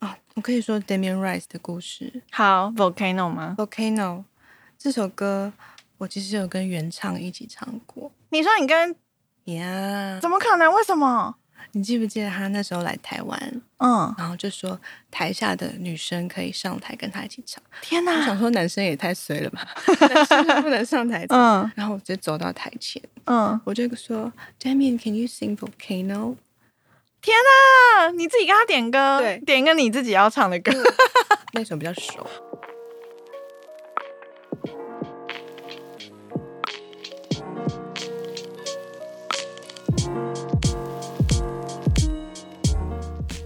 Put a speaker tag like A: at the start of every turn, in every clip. A: 哦我可以说 Damian Rice 的故事
B: 好，Volcano 吗？
A: ，Volcano 这首歌，我其实有跟原唱一起唱过
B: 你说你跟
A: 呀。
B: 怎么可能？为什么？
A: 你记不记得他那时候来台湾，
B: 嗯，
A: 然后就说台下的女生可以上台跟他一起唱。
B: 天
A: 我
B: 哪！
A: 想说男生也太衰了吧， 男生不能上台唱。
B: 嗯
A: 然后我就走到台前，
B: 嗯，
A: 我就说 Damian，Can you sing Volcano？
B: 天哪！你自己跟他点歌，
A: 对
B: 点一个你自己要唱的歌。
A: 那首比较熟。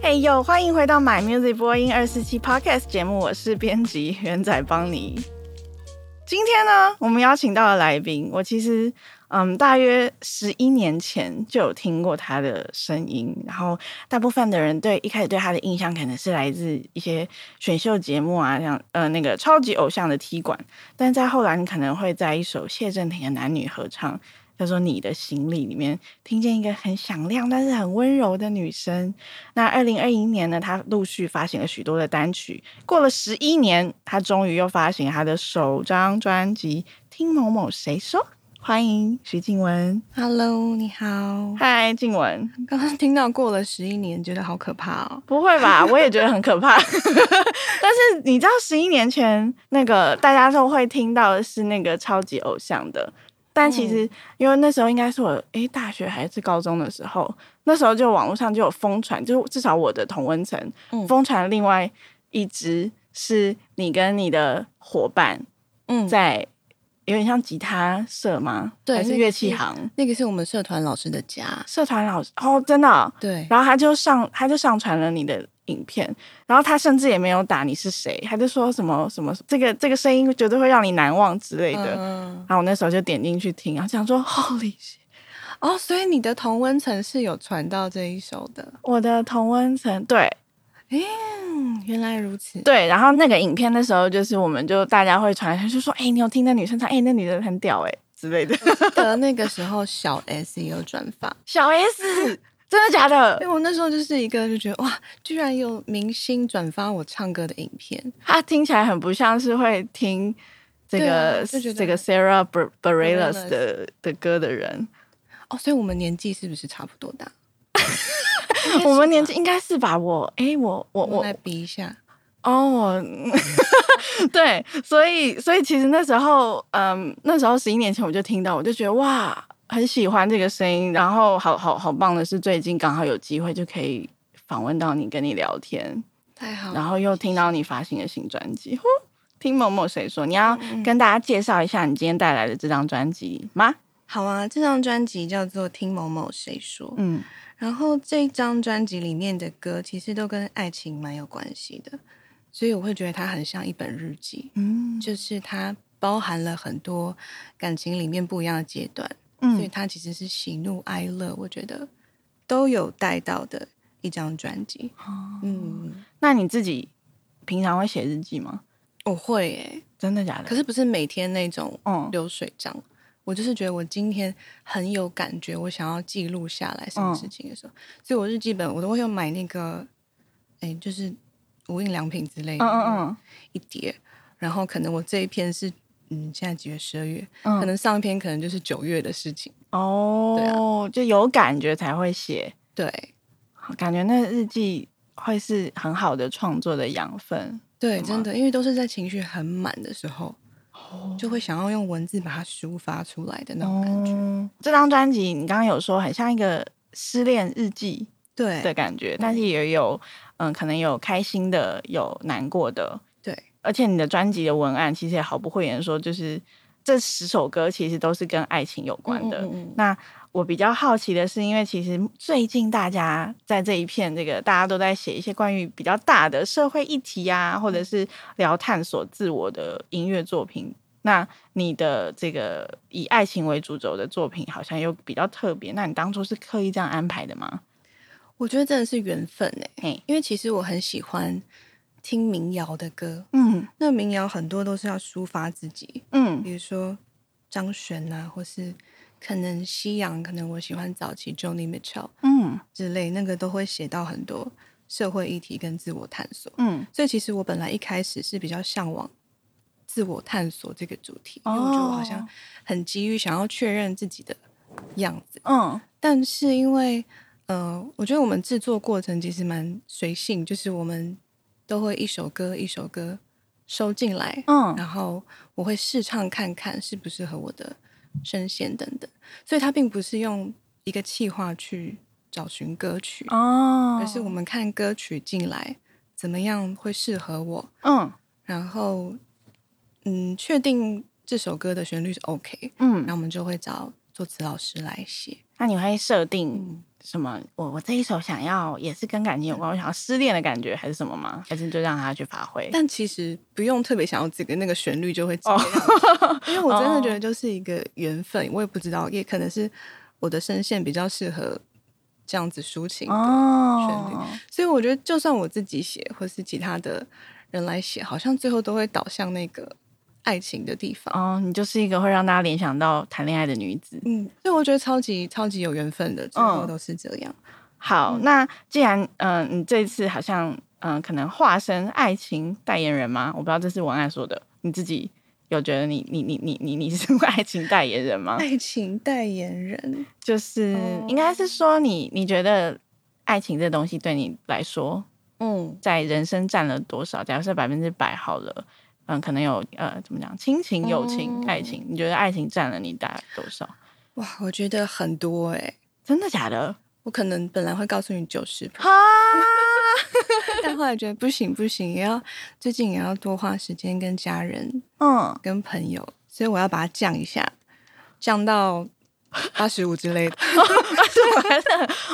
B: 嘿呦，哎欢迎回到 My Music 播音二四七 Podcast 节目，我是编辑元仔邦尼。今天呢，我们邀请到的来宾，我其实嗯，大约十一年前就有听过他的声音，然后大部分的人对一开始对他的印象可能是来自一些选秀节目啊，像呃那个超级偶像的踢馆，但在后来你可能会在一首谢震廷的男女合唱叫做《你的行李》里面听见一个很响亮但是很温柔的女生。那二零二一年呢，他陆续发行了许多的单曲。过了十一年，他终于又发行他的首张专辑《听某某谁说》。欢迎徐静雯，
A: Hello，你好。
B: 嗨，静雯，
A: 刚刚听到过了十一年，觉得好可怕哦。
B: 不会吧？ 我也觉得很可怕。但是你知道，十一年前那个大家都会听到的是那个超级偶像的，但其
A: 嗯
B: 实、因为那时候应该是我诶大学还是高中的时候，那时候就网络上就有疯传，就至少我的同温层、
A: 嗯
B: 疯传另外一支是你跟你的伙伴
A: 嗯，
B: 在有点像吉他社吗？
A: 对
B: 还是
A: 那个
B: 乐器
A: 是
B: 行
A: 那个是我们社团老师的家。
B: 社团老师？哦，真的哦、
A: 对，
B: 然后他就上，他就上传了你的影片，然后他甚至也没有打你是谁，他就说什么什么这个这个声音绝对会让你难忘之类的。
A: 嗯，
B: 然后我那时候就点进去听，然后想说 Holy shit！
A: 哦，所以你的同温层是有传到这一首的。
B: 我的同温层对
A: 嗯，原来如此。
B: 对，然后那个影片那时候就是我们就大家会传，就说哎、你有听那女生唱，哎、那女的很屌哎、之 类的。
A: 记得那个时候小 S 也有转发，
B: 小 S 真的假的
A: 因为我那时候就是一个就觉得哇，居然有明星转发我唱歌的影片。
B: 他听起来很不像是会听这
A: 对
B: 个、
A: 啊就觉得
B: 这个 Sarah Bar- Bareilles
A: Bareilles
B: 的的歌的人。
A: 哦，所以我们年纪是不是差不多大？
B: 我们年纪应该是吧？我诶，我我
A: 我们
B: 我
A: 来比一下。
B: 哦，我嗯 对，所以所以其实那时候，嗯，那时候十一年前我就听到，我就觉得哇，很喜欢这个声音。然后好好好棒的是，最近刚好有机会就可以访问到你，跟你聊天，
A: 太好
B: 然
A: 了，
B: 后又听到你发行的新专辑。呼听某某谁说，你要
A: 嗯嗯
B: 跟大家介绍一下你今天带来的这张专辑吗？
A: 好啊！这张专辑叫做《听某某谁说》，
B: 嗯，
A: 然后这张专辑里面的歌其实都跟爱情蛮有关系的，所以我会觉得它很像一本日记，
B: 嗯
A: 就是它包含了很多感情里面不一样的阶段，所以
B: 嗯，
A: 它其实是喜怒哀乐，我觉得都有带到的一张专辑。
B: 哦
A: 嗯，
B: 那你自己平常会写日记吗？
A: 我会诶、
B: 真的假的？
A: 可是不是每天那种
B: 嗯
A: 流水账。我就是觉得我今天很有感觉，我想要记录下来什么
B: 嗯
A: 事情的时候，所以我日记本我都会有买那个，哎、就是无印良品之类的，
B: 嗯嗯
A: 一叠。然后可能我这一篇是，嗯，现在几月？十二月，
B: 嗯，
A: 可能上一篇可能就是九月的事情。
B: 哦，
A: 啊
B: 就有感觉才会写，
A: 对
B: 感觉那日记会是很好的创作的养分。
A: 对，
B: 是吗
A: 真的，因为都是在情绪很满的时候，
B: 哦，
A: 就会想要用文字把它抒发出来的那种感觉。
B: 哦，这张专辑你刚刚有说很像一个失恋日记
A: 对
B: 的感觉，但是也有嗯，可能有开心的，有难过的，
A: 对
B: 而且你的专辑的文案其实也毫不讳言说，就是这十首歌其实都是跟爱情有关的。
A: 嗯嗯嗯嗯
B: 那我比较好奇的是，因为其实最近大家在这一片这个大家都在写一些关于比较大的社会议题啊，或者
A: 嗯
B: 是聊探索自我的音乐作品。那你的这个以爱情为主轴的作品好像又比较特别，那你当初是刻意这样安排的吗？
A: 我觉得真的是缘分哎、
B: 嘿，
A: 因为其实我很喜欢听民谣的歌，
B: 嗯
A: 那民谣很多都是要抒发自己，
B: 嗯
A: 比如说张悬啊，或是可能西洋，可能我喜欢早期 Joni Mitchell
B: 嗯
A: 之类，那个都会写到很多社会议题跟自我探索。
B: 嗯
A: 所以其实我本来一开始是比较向往自我探索这个主题，因为我觉得我好像
B: 哦
A: 很急于想要确认自己的样子。
B: 嗯
A: 但是因为呃，我觉得我们制作过程其实蛮随性，就是我们都会一首歌一首歌收进来，
B: 嗯
A: 然后我会试唱看看适不适合我的声线等等，所以它并不是用一个企划去找寻歌曲，
B: 哦，
A: 而是我们看歌曲进来怎么样会适合我，
B: 嗯
A: 然后嗯，确定这首歌的旋律是 OK，
B: 嗯
A: 那，我们就会找作词老师来写，
B: 那你会设定
A: 嗯。
B: 什么？我我这一首想要也是跟感情有关，我想要失恋的感觉还是什么吗？还是就让他去发挥？
A: 但其实不用特别想要这个那个旋律就会直接
B: 哦
A: 让你因为我真
B: 哦
A: 的觉得就是一个缘分，我也不知道，也可能是我的声线比较适合这样子抒情的，
B: 哦，
A: 所以我觉得就算我自己写或是其他的人来写，好像最后都会导向那个爱情的地方。
B: 哦，你就是一个会让大家联想到谈恋爱的女子。
A: 嗯，所以我觉得超级超级有缘分的，最后
B: 嗯
A: 都是这样。
B: 好，那既然嗯、呃你这次好像嗯、呃可能化身爱情代言人吗？我不知道这是文案说的，你自己有觉得你你你你你你是 爱情代言人吗？
A: 爱情代言人，
B: 就是、
A: 哦
B: 应该是说你你觉得爱情这东西对你来说，
A: 嗯
B: 在人生占了多少？假设百分之百好了。嗯，可能有呃，怎么讲？亲情、友情、
A: 嗯
B: 爱情，你觉得爱情占了你大概多少？
A: 哇，我觉得很多哎、
B: 真的假的？
A: 我可能本来会告诉你九十
B: 哈，
A: 但后来觉得不行不行，也要最近也要多花时间跟家人、
B: 嗯，
A: 跟朋友，所以我要把它降一下，降到八十五之类 的。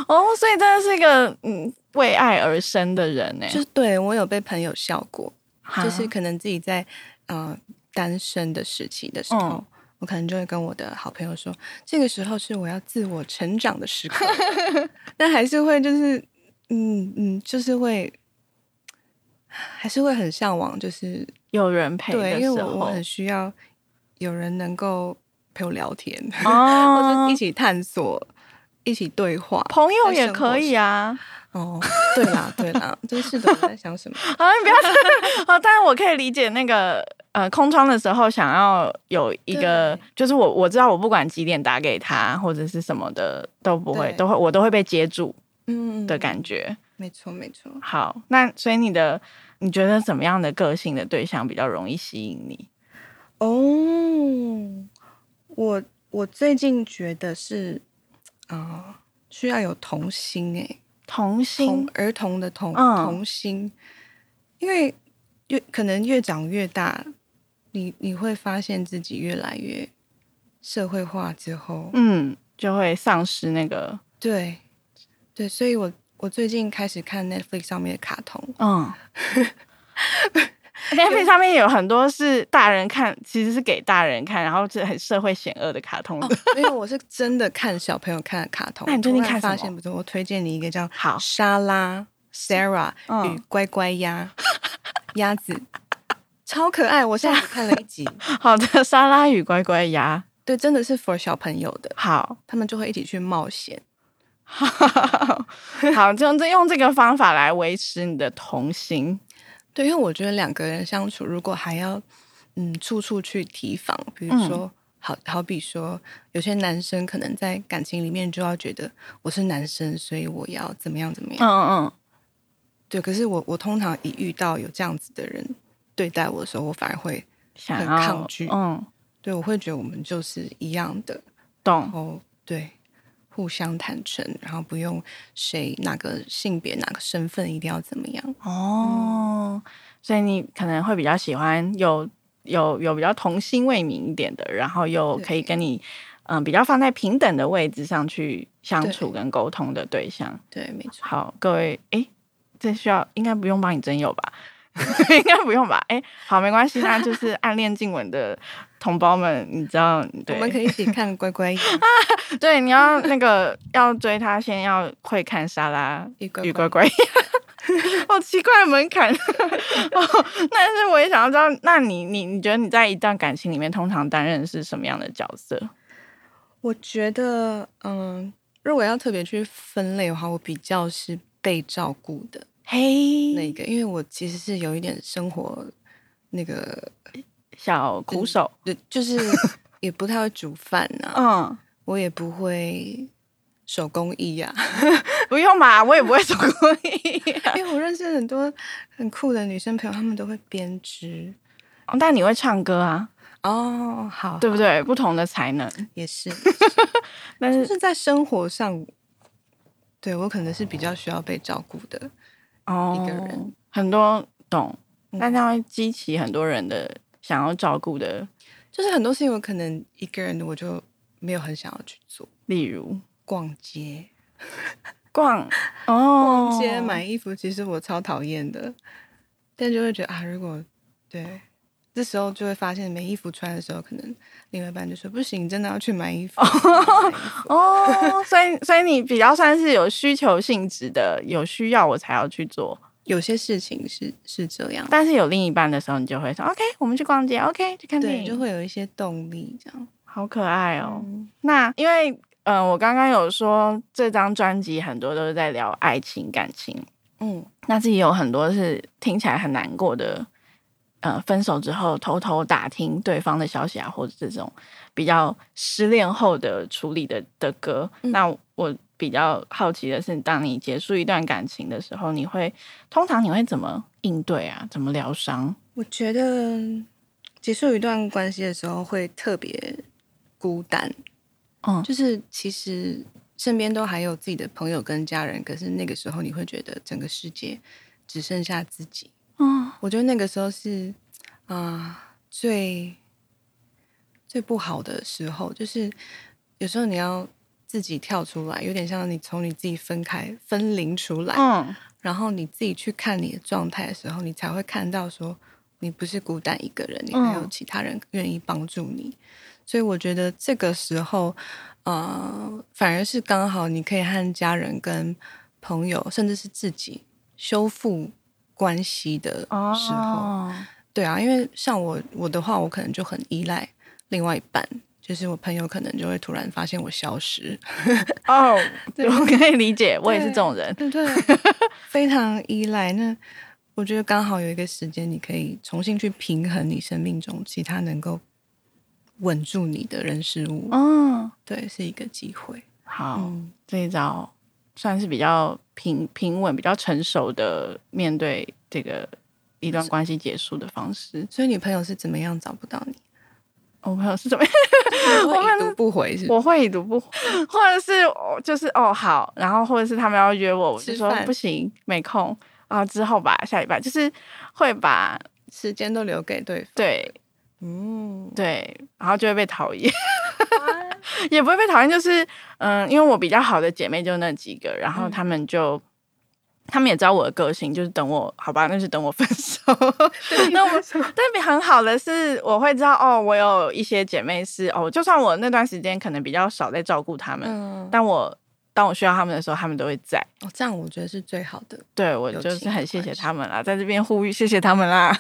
B: 哦，所以真的是一个嗯为爱而生的人呢、
A: 就是对我有被朋友笑过，
B: 哈
A: 就是可能自己在呃单身的时期的时候。
B: 嗯
A: 我可能就会跟我的好朋友说，这个时候是我要自我成长的时刻， 但还是会就是，嗯嗯，就是会，还是会很向往，就是
B: 有人陪
A: 对，
B: 的
A: 因为
B: 时
A: 我我
B: 候
A: 很需要有人能够陪我聊天，或
B: 哦
A: 者一起探索、一起对话。
B: 朋友也可以啊，
A: 哦，对啦，对啦，真 是的，我在想什么？
B: 好，你不要 啊！但是我可以理解那个呃，空窗的时候想要有一个，就是我我知道我不管几点打给他或者是什么的都不会，
A: 对
B: 都会我都会被接住
A: 嗯，
B: 的感觉。
A: 没错，没错。
B: 好，那所以你的你觉得怎么样的个性的对象比较容易吸引你？
A: 哦，我我最近觉得是啊、呃需要有童心哎、
B: 童
A: 童
B: 心
A: 儿童的童、
B: 嗯
A: 童心，因为越可能越长越大，你你会发现自己越来越社会化之后，
B: 嗯，就会丧失那个
A: 对对，所以我我最近开始看 Netflix 上面的卡通，
B: 嗯 ，Netflix 上面有很多是大人看，其实是给大人看，然后是很社会险恶的卡通。
A: 没有，我是真的看小朋友看的卡通。
B: 那你最近
A: 突然
B: 看什
A: 发
B: 么
A: 现不是？我推荐你一个叫
B: 好
A: 莎拉 Sarah
B: 嗯
A: 与乖乖 鸭鸭子，超可爱。我现在只看了一 集，
B: 好的，沙拉与乖乖鸭，
A: 对，真的是 for 小朋友的，
B: 好
A: 他们就会一起去冒险。
B: 好，就用这用这个方法来维持你的童心。
A: 对，因为我觉得两个人相处，如果还要嗯处处去提防，比
B: 嗯
A: 如说。好好比说，有些男生可能在感情里面就要觉得我是男生，所以我要怎么样怎么样。
B: 嗯嗯
A: 对，可是我我通常一遇到有这样子的人对待我的时候，我反而会
B: 嗯，想
A: 很
B: 要
A: 抗拒
B: 嗯，
A: 对我会觉得我们就是一样的，
B: 懂
A: 然。后对互相坦诚，然后不用谁哪个性别哪个身份一定要怎么样。
B: 哦，所以你可能会比较喜欢有有有比较童心未泯一点的，然后又
A: 对
B: 可以跟你嗯比较放在平等的位置上去相
A: 对
B: 处跟沟通的对象。
A: 对，没错。
B: 好，各位，诶，这需要应该不用帮你征友吧？ 应该不用吧？诶，好，没关系，那就是暗恋静文的同胞们，你知道，
A: 我
B: 对，
A: 们可以一起看《乖乖鸭》
B: 对，你要那个要追他，先要会看沙拉
A: 与乖
B: 与
A: 乖
B: 乖乖， 好奇怪的门槛。 哦，但是我也想要知道，那你你你觉得你在一段感情里面通常担任是什么样的角色？
A: 我觉得，嗯，如果要特别去分类的话，我比较是被照顾的，
B: 嘿，
A: 那个，因为我其实是有一点生活那个，
B: 小
A: 嗯
B: 鼓手，
A: 就就是 也不太会煮饭啊，
B: 嗯，
A: 我也不会手工艺啊，
B: 不用吧，我也不会手工艺。
A: 因为我认识很多很酷的女生朋友，她们都会编织。
B: 哦但你会唱歌啊，
A: 哦，好，
B: 对不对？不同的才能，
A: 也是，
B: 但
A: 就是是在生活上，对我可能是比较需要被照顾的。
B: 哦，
A: 一个人
B: 很多懂，
A: 嗯
B: 但它会激起很多人的想要照顾的，
A: 就是很多事情我可能一个人我就没有很想要去做，
B: 例如
A: 逛街、
B: 逛哦，
A: 逛街买 衣服，其实我超讨厌的，但就会觉得啊，如果对。这时候就会发现没衣服穿的时候，可能另外一半就说：“不行，你真的要去买衣服。
B: 哦，所以所以你比较算是有需求性质的，有需要我才要去做，
A: 有些事情是是这样，
B: 但是有另一半的时候，你就会说 OK，我们去逛街，OK，去看电
A: 对，
B: 影，
A: 就会有一些动力这样。
B: 好可爱哦。
A: 嗯
B: 那因为呃，我刚刚有说这张专辑很多都是在聊爱情感情，
A: 嗯，
B: 那自己有很多是听起来很难过的，呃，分手之后偷偷打听对方的消息啊，或者这种比较失恋后的处理的的歌。
A: 嗯
B: 那我比较好奇的是，当你结束一段感情的时候，你会通常你会怎么应对啊？怎么疗伤？
A: 我觉得结束一段关系的时候会特别孤单，
B: 嗯
A: 就是其实身边都还有自己的朋友跟家人，可是那个时候你会觉得整个世界只剩下自己。
B: 嗯
A: 我觉得那个时候是啊、最最不好的时候，就是有时候你要自己跳出来，有点像你从你自己分开分离出来，
B: 嗯
A: 然后你自己去看你的状态的时候，你才会看到说你不是孤单一个人，你
B: 嗯
A: 还有其他人愿意帮助你。所以我觉得这个时候，呃，反而是刚好你可以和家人、跟朋友，甚至是自己修复关系的
B: 哦
A: 时候。对啊，因为像我我的话，我可能就很依赖另外一半。就是我朋友可能就会突然发现我消失，
B: 哦，我可以理解，我也是这种人。
A: 对 对，非常依赖。那我觉得刚好有一个时间，你可以重新去平衡你生命中其他能够稳住你的人事物。
B: 嗯，
A: 对，是一个机会。
B: 好，
A: 嗯
B: 这一招算是比较平平稳、比较成熟的面对这个一段关系结束的方式。
A: 所以女朋友是怎么样找不到 你？
B: 哦我朋友是怎 么样？
A: 我已读不回是不是？
B: 我会已读不回，或者是哦就是哦好，然后或者是他们要约我，我就
A: 吃
B: 说
A: 饭
B: 不行，没空啊，之后吧，下礼拜就是会把
A: 时间都留给对方。
B: 对
A: 嗯，
B: 对，然后就会被讨厌。 也不会被讨厌，就是嗯，因为我比较好的姐妹就那几个，然后
A: 嗯
B: 她们就，她们也知道我的个性，就是等我好吧，那就等我分手。 那我但比很好的是，我会知道哦，我有一些姐妹是哦，就算我那段时间可能比较少在照顾她们，
A: 嗯，
B: 但我当我需要她们的时候，她们都会在。
A: 哦，这样我觉得是最好的。
B: 对我
A: 友
B: 就是
A: 情
B: 很
A: 的
B: 谢谢
A: 关系
B: 她们啦，在这边呼吁谢谢她们啦。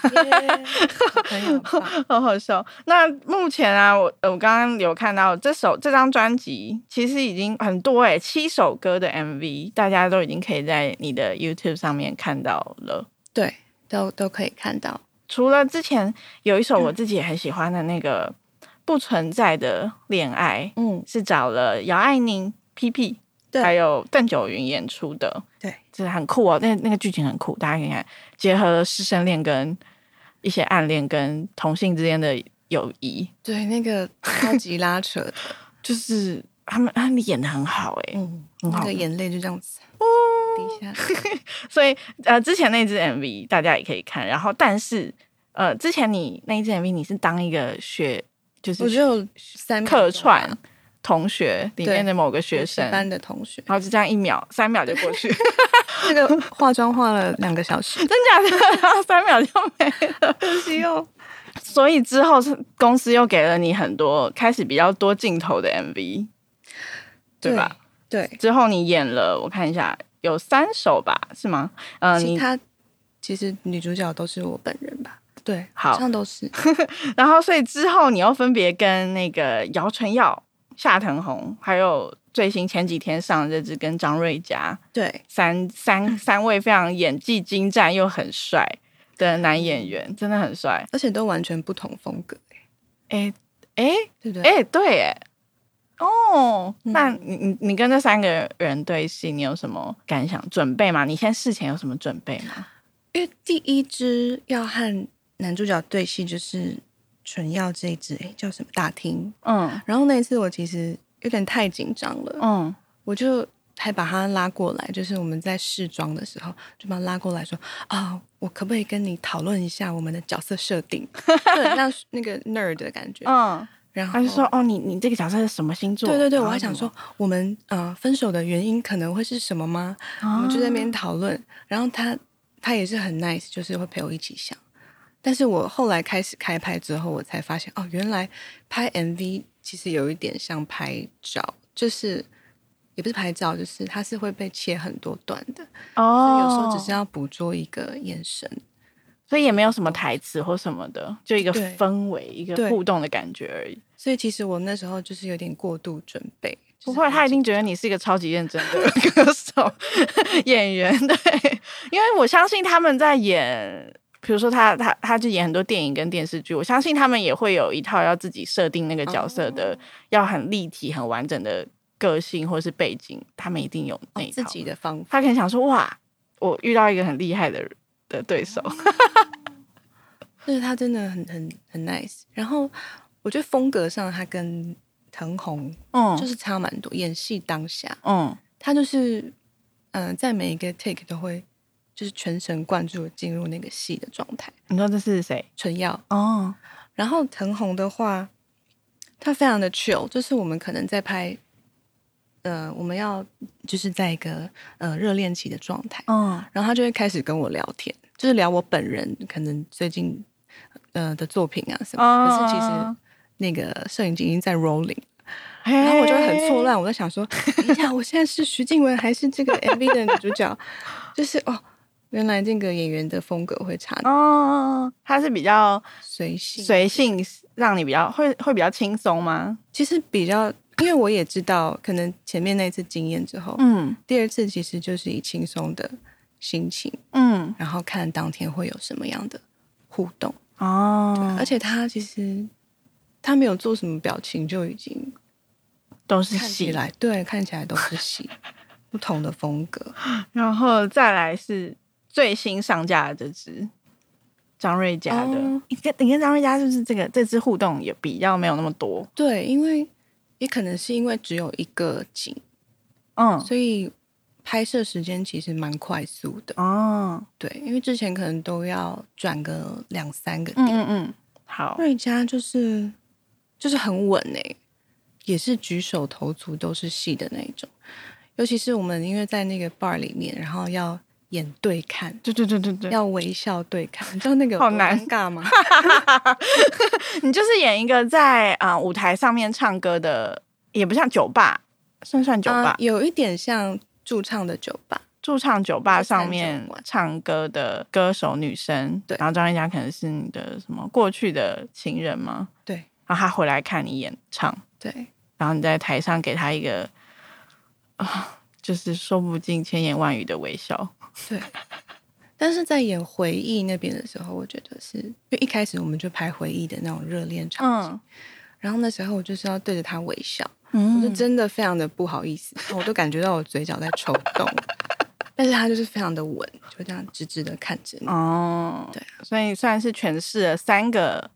A: 小朋友很 棒，
B: 好好笑。那目前啊，我呃我刚刚有看到这首这张专辑，其实已经很多哎、七首歌的 MV，大家都已经可以在你的 YouTube 上面看到了。
A: 对，都都可以看到。
B: 除了之前有一首我自己也很喜欢的那个《不存在的恋爱》，
A: 嗯，
B: 是找了姚爱宁、P P
A: 对
B: 还有邓九云演出的，
A: 对，
B: 这很酷哦。那那个剧情很酷，大家可以看，结合了师生恋跟一些暗恋跟同性之间的友谊，
A: 对，那个超级拉扯 的，
B: 就是他们他们演的很好哎、
A: 嗯，
B: 很好哦
A: 那个眼泪就这样子滴下来。
B: 所以呃之前那支 MV 大家也可以看，然后但是呃之前你那一支 MV 你是当一个学就
A: 我只
B: 是
A: 有三秒钟吧
B: 客串同学里面的某个学生
A: 补习，班啊的同学，
B: 然后就这样一秒三秒就过去，，
A: 那个化妆化了两个小时
B: 真假的，然后三秒就没了。
A: 可惜哦。
B: 所以之后是公司又给了你很多开始比较多镜头的 MV，对吧？
A: 对，
B: 之后你演了，我看一下有三首吧，是吗？嗯、
A: 其
B: 你
A: 他其实女主角都是我本人吧？对，
B: 好
A: 像都是。
B: 然后，所以之后你又分别跟那个姚晨耀、夏腾红还有最新前几天上的这支跟张瑞佳
A: 对，
B: 三
A: 嗯
B: 三三位非常演技精湛又很帅的男演员，真的很帅。
A: 而且都完全不同风格，欸
B: 哎哎
A: 对不对？
B: 哎，诶对哎，哦，
A: 嗯
B: 那你你你跟这三个人对戏，你有什么感想？准备吗？你现在事前有什么准备吗？
A: 因为第一支要和男主角对戏就是纯耀这一支，哎，叫什么大厅？
B: 嗯
A: 然后那一次我其实有点太紧张了，
B: 嗯，
A: 我就还把他拉过来，就是我们在试妆的时候，就把他拉过来说啊，我可不可以跟你讨论一下我们的角色设 定，就很像那个 nerd 的感觉。
B: 嗯，
A: 然后
B: 他就说哦，你你这个角色是什么星座？
A: 对对对，
B: 然
A: 我
B: 后
A: 还想
B: 什么
A: 说，，我们呃分手的原因可能会是什么吗？
B: 啊
A: 我们就在那边讨论，然后他他也是很 nice，就是会陪我一起想。但是我后来开始开拍之后，我才发现哦，原来拍 MV 其实有一点像拍照，就是也不是拍照，就是它是会被切很多段的，所
B: 哦，
A: 以有时候只是要捕捉一个眼神。
B: 所以也没有什么台词或什么的，就一个
A: 对
B: 氛围、一个
A: 对
B: 互动的感觉而已。
A: 所以其实我那时候就是有点过度准备，就
B: 不
A: 是
B: 会，
A: 很
B: 他一
A: 紧
B: 定觉得你是一个超级认真的 歌手、 演员，对，因为我相信他们在演，比如说他他他就演很多电影跟电视剧，我相信他们也会有一套要自己设定那个角色
A: 哦
B: 的，要很立体、很完整的个性或是背景，他们一定有那
A: 哦
B: 一套
A: 自己的方法。
B: 他可能想说，哇，我遇到一个很厉害的人的对手，
A: 就是他真的很很很 nice。然后我觉得风格上，他跟藤红
B: 嗯
A: 哦就是差蛮多。演戏当下，
B: 嗯
A: 他就是嗯、呃在每一个 take 都会就是全神贯注地进入那个戏的状态。
B: 你说这是谁？
A: 纯耀，
B: 哦，
A: 然后藤红的话，他非常的 chill，就是我们可能在拍。呃，我们要就是在一个呃热恋期的状态，
B: 嗯
A: 然后他就会开始跟我聊天，就是聊我本人可能最近呃的作品啊什么的。可是其实
B: 啊
A: 那个摄影机已经在 rolling，然
B: 然
A: 后我就会很错，乱，我在想说，等一下，我现在是徐静雯还是这个 MV 的女主角？ 就是哦，原来这个演员的风格会差
B: 哦，他是比较
A: 随性，
B: 随性，让你比较会会比较轻松吗？
A: 其实比较。因为我也知道，可能前面那次经验之后，
B: 嗯
A: 第二次其实就是以轻松的心情，
B: 嗯
A: 然后看当天会有什么样的互动。
B: 哦
A: 而，且他其实他没有做什么表情，就已经
B: 都是
A: 看起
B: 戏，
A: 来对看起来都是戏，不同的风格。
B: 然后再来是最新上架的这支张瑞佳的，
A: 哦
B: 你跟你跟张瑞佳是不是这个这支互动也比较没有那么多？
A: 对，因为也可能是因为只有一个景，
B: 嗯
A: 所以拍摄时间其实蛮快速的。
B: 哦
A: 对，因为之前可能都要转个两三个
B: 嗯
A: 点。
B: 嗯嗯，好，
A: 瑞佳就是就是很稳诶、也是举手投足都是戏的那一种。尤其是我们因为在那个 bar 里面，然后要演对看，
B: 对对对对对，
A: 要微笑对看，你知道那个有
B: 好
A: 多
B: 难
A: 尴尬吗？
B: 你就是演一个在啊、呃舞台上面唱歌的，也不像酒吧，算 算酒吧，
A: 啊有一点像驻唱的酒吧，
B: 驻唱酒吧上
A: 驻唱
B: 面
A: 酒馆
B: 唱歌的歌手女生，
A: 对
B: 然后张艾嘉可能是你的什么过去的情人吗？
A: 对
B: 然后他回来看你演唱，
A: 对
B: 然后你在台上给他一个啊、就是说不尽千言万语的微笑。
A: 对。但是在演回忆那边的时候，我觉得是因为一开始我们就拍回忆的那种热恋场景，
B: 嗯
A: 然后那时候我就是要对着他微笑，我就
B: 嗯，
A: 真的非常的不好意思，我都感觉到我嘴角在抽动， 但是他就是非常的稳，就这样直直的看着你。
B: 哦，
A: 嗯对，
B: 所以算是诠释了三个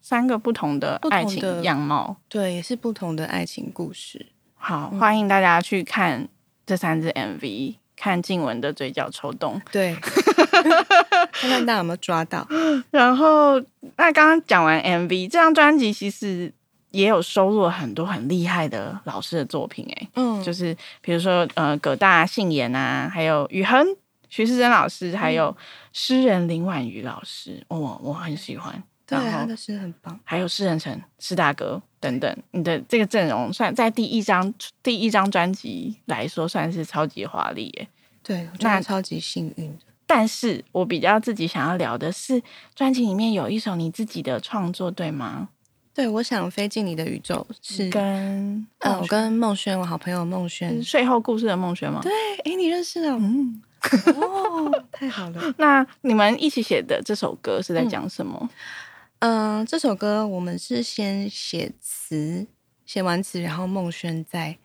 B: 三个不同的
A: 不同的
B: 爱情样貌。
A: 对，也是不同的爱情故事。
B: 好，
A: 嗯
B: 欢迎大家去看这三支 MV，看静雯的嘴角抽动。
A: 对，看看大家有没有抓到。
B: 然后，那刚刚讲完 MV，这张专辑其实也有收录了很多很厉害的老师的作品、欸，
A: 嗯
B: 就是比如说呃葛大信言啊，还有雨恒、徐世珍老师，还有诗人林婉瑜老师，我、我很喜欢。
A: 对，
B: 然后
A: 他的诗很棒。
B: 还有诗人陈、施大哥等等，你的这个阵容算在第一张第一张专辑来说算是超级华丽耶。
A: 对，我觉
B: 那
A: 得超级幸运的。
B: 但是我比较自己想要聊的是，专辑里面有一首你自己的创作，对吗？
A: 对，我想飞进你的宇宙是，
B: 跟
A: 嗯，我跟孟轩，我好朋友孟轩，
B: 呃睡后故事的孟轩吗？
A: 对，哎，你认识了，
B: 嗯，
A: 哦，太好 了。
B: 那你们一起写的这首歌是在讲什么？
A: 嗯、这首歌我们是先写词，写完词，然后孟轩再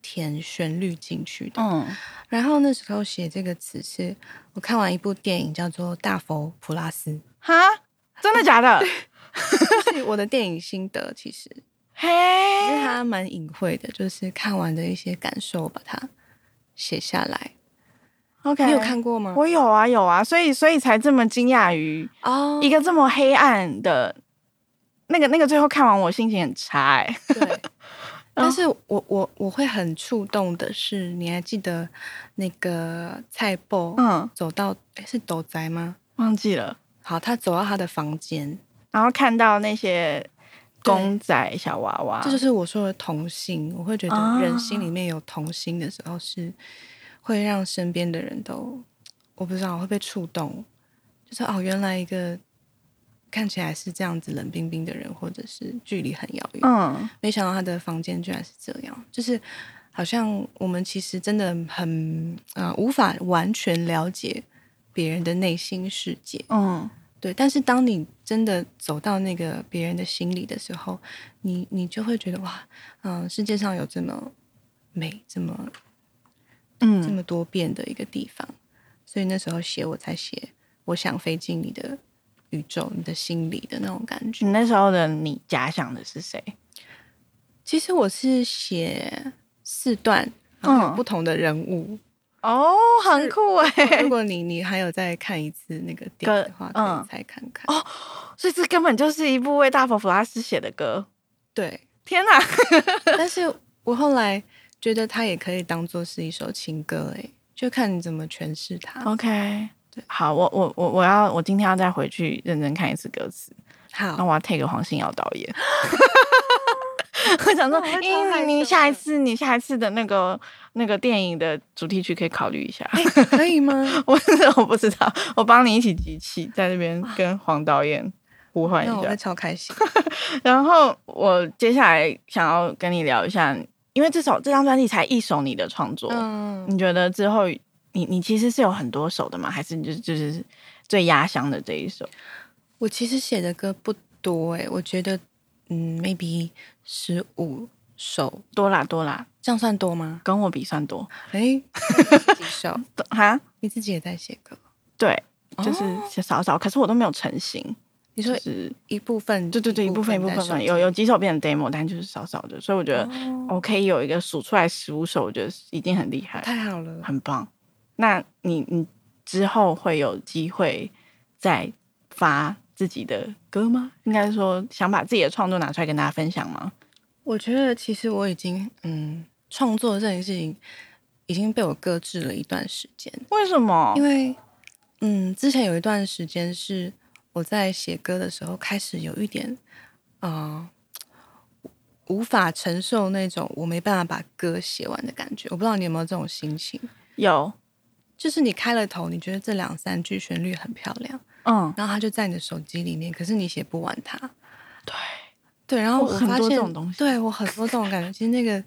A: 填旋律进去的。
B: 嗯
A: 然后那时候写这个词是我看完一部电影叫做《大佛普拉 斯
B: 哈，真的假 的？》，
A: 是我的电影心得，其实
B: 嘿，
A: 因为它蛮隐晦的，就是看完的一些感受，把它写下来。
B: OK，
A: 你有？看过吗？
B: 我有啊，有啊，所以所以才这么惊讶于
A: 哦
B: 一个这么黑暗的。那个那个最后看完我心情很差哎、
A: 对。但是我我我会很触动的是，你还记得那个蔡伯
B: 嗯，
A: 走到诶是斗宅吗？
B: 忘记了。
A: 好，他走到他的房间，
B: 然后看到那些公仔小娃娃，
A: 这就是我说的童心。我会觉
B: 啊
A: 得人心里面有童心的时候，是会让身边的人都我不知道会被触动，就是哦，原来一个看起来是这样子冷冰冰的人，或者是距离很遥远，
B: 嗯
A: 没想到他的房间居然是这样，就是好像我们其实真的很呃无法完全了解别人的内心世界，
B: 嗯
A: 对。但是当你真的走到那个别人的心里的时候，你你就会觉得哇，嗯、世界上有这么美、这么这
B: 嗯，
A: 么多变的一个地方。所以那时候写，我才写我想飞进你的宇宙、你的心里的那种感觉。
B: 你那时候的你假想的是谁？
A: 其实我是写四段，然后有
B: 嗯
A: 不同的人物。
B: 哦，很酷哎、
A: 如果你你还有再看一次那个点的话，
B: 歌嗯
A: 可以再看看。
B: 哦所以这根本就是一部为大佛普拉斯写的歌。
A: 对，
B: 天哪！
A: 但是我后来觉得它也可以当做是一首情歌，哎，就看你怎么诠释它。
B: 哦 OK，好，我我我我要我今天要再回去认真看一次歌词，那
A: 好，
B: 我要 take 黄信尧导演。 我想说，
A: 我会超
B: 因
A: 害
B: 为
A: 羞
B: 你
A: 的
B: 下一次你下一次的那个那个电影的主题曲可以考虑一下。
A: 可以吗？
B: 我我不知道，我帮你一起集气，在那边跟黄导演呼唤
A: 那
B: 一
A: 我会
B: 下。
A: 超开心。
B: 然后我接下来想要跟你聊一下，因为这首这张专辑才一首你的创作，
A: 嗯，
B: 你觉得之后你你其实是有很多首的吗？还是就就是最压箱的这一首？
A: 我其实写的歌不多，哎，我觉得，嗯，maybe 十五首，
B: 多啦多啦，
A: 这样算多吗？
B: 跟我比算多
A: 哎，几首？
B: 哈？
A: 你自己也在写歌？
B: 对，
A: 哦
B: 就是少少，可是我都没有成型，
A: 你
B: 就
A: 说
B: 是
A: 一部分，
B: 对对对，一部分一部
A: 在手
B: 分
A: 机
B: 有有几首变成 demo，但就是少少的，所以我觉得
A: 哦
B: 我可以有一个数出来十五首，我觉得已经很厉害了。
A: 太好了。
B: 很棒。那你你之后会有机会再发自己的歌吗？应该说想把自己的创作拿出来跟大家分享吗？
A: 我觉得其实我已经嗯，创作这件事情已经被我搁置了一段时间，
B: 为什么？
A: 因
B: 为
A: 为嗯，之前有一段时间是我在写歌的时候开始有一点啊、呃无法承受那种我没办法把歌写完的感觉。我不知道你有没有这种心情，
B: 有，
A: 就是你开了头，你觉得这两三句旋律很漂亮，
B: 嗯，
A: 然后它就在你的手机里面，可是你写不完它。
B: 对，
A: 对，然后
B: 我
A: 我
B: 很
A: 发
B: 多
A: 现，
B: 这种东西
A: 对我很多这种感觉，其实那个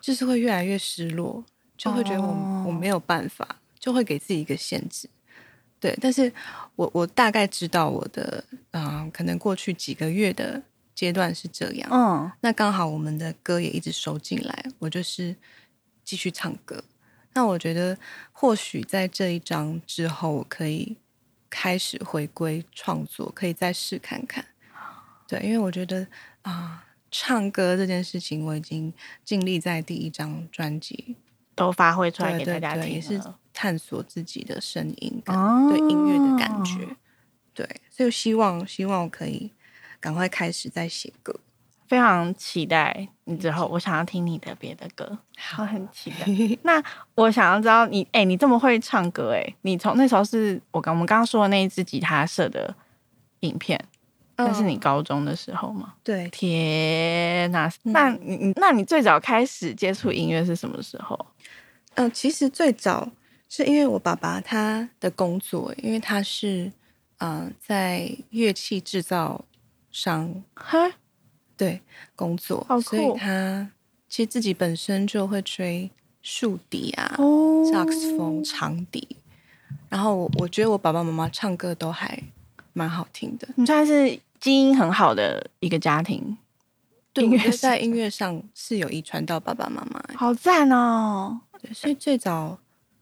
A: 就是会越来越失落，就会觉得我、
B: 哦
A: 我没有办法，就会给自己一个限制。对，但是我我大概知道我的，嗯、可能过去几个月的阶段是这样。
B: 嗯，
A: 那刚好我们的歌也一直收进来，我就是继续唱歌。那我觉得，或许在这一章之后，我可以开始回归创作，可以再试看看。对，因为我觉得啊、唱歌这件事情，我已经尽力在第一张专辑，
B: 都发挥出来
A: 对
B: 给大
A: 对
B: 家
A: 对，
B: 听
A: 也是
B: 了
A: 探索自己的声音跟
B: 哦
A: 对音乐的感觉。对，所以我希望希望我可以赶快开始再写歌。
B: 非常期待你之后，我想要听你的别的歌，我
A: 好
B: 很期待。 那我想要知道你，哎、你这么会唱歌、哎，你从那时候是我刚我们刚刚说的那一支吉他社的影片，那是你高中的时候吗？
A: 嗯
B: 嗯
A: 对，
B: 天呐、那你你那你最早开始接触音乐是什么时候？
A: 嗯、其实最早是因为我爸爸他的工作，因为他是嗯、呃在乐器制造商
B: 哈，
A: 对工作
B: 好，
A: 所以
B: 酷哦
A: 他其实自己本身就会吹竖笛啊、
B: 哦
A: 萨克斯风、长笛。然后我我觉得我爸爸妈妈唱歌都还蛮好听的，
B: 你算是基因很好的一个家庭，
A: 对，
B: 音
A: 我
B: 乐
A: 觉得在
B: 上
A: 音乐上是有遗传到爸爸妈妈。
B: 好赞哦。
A: 对，所以最早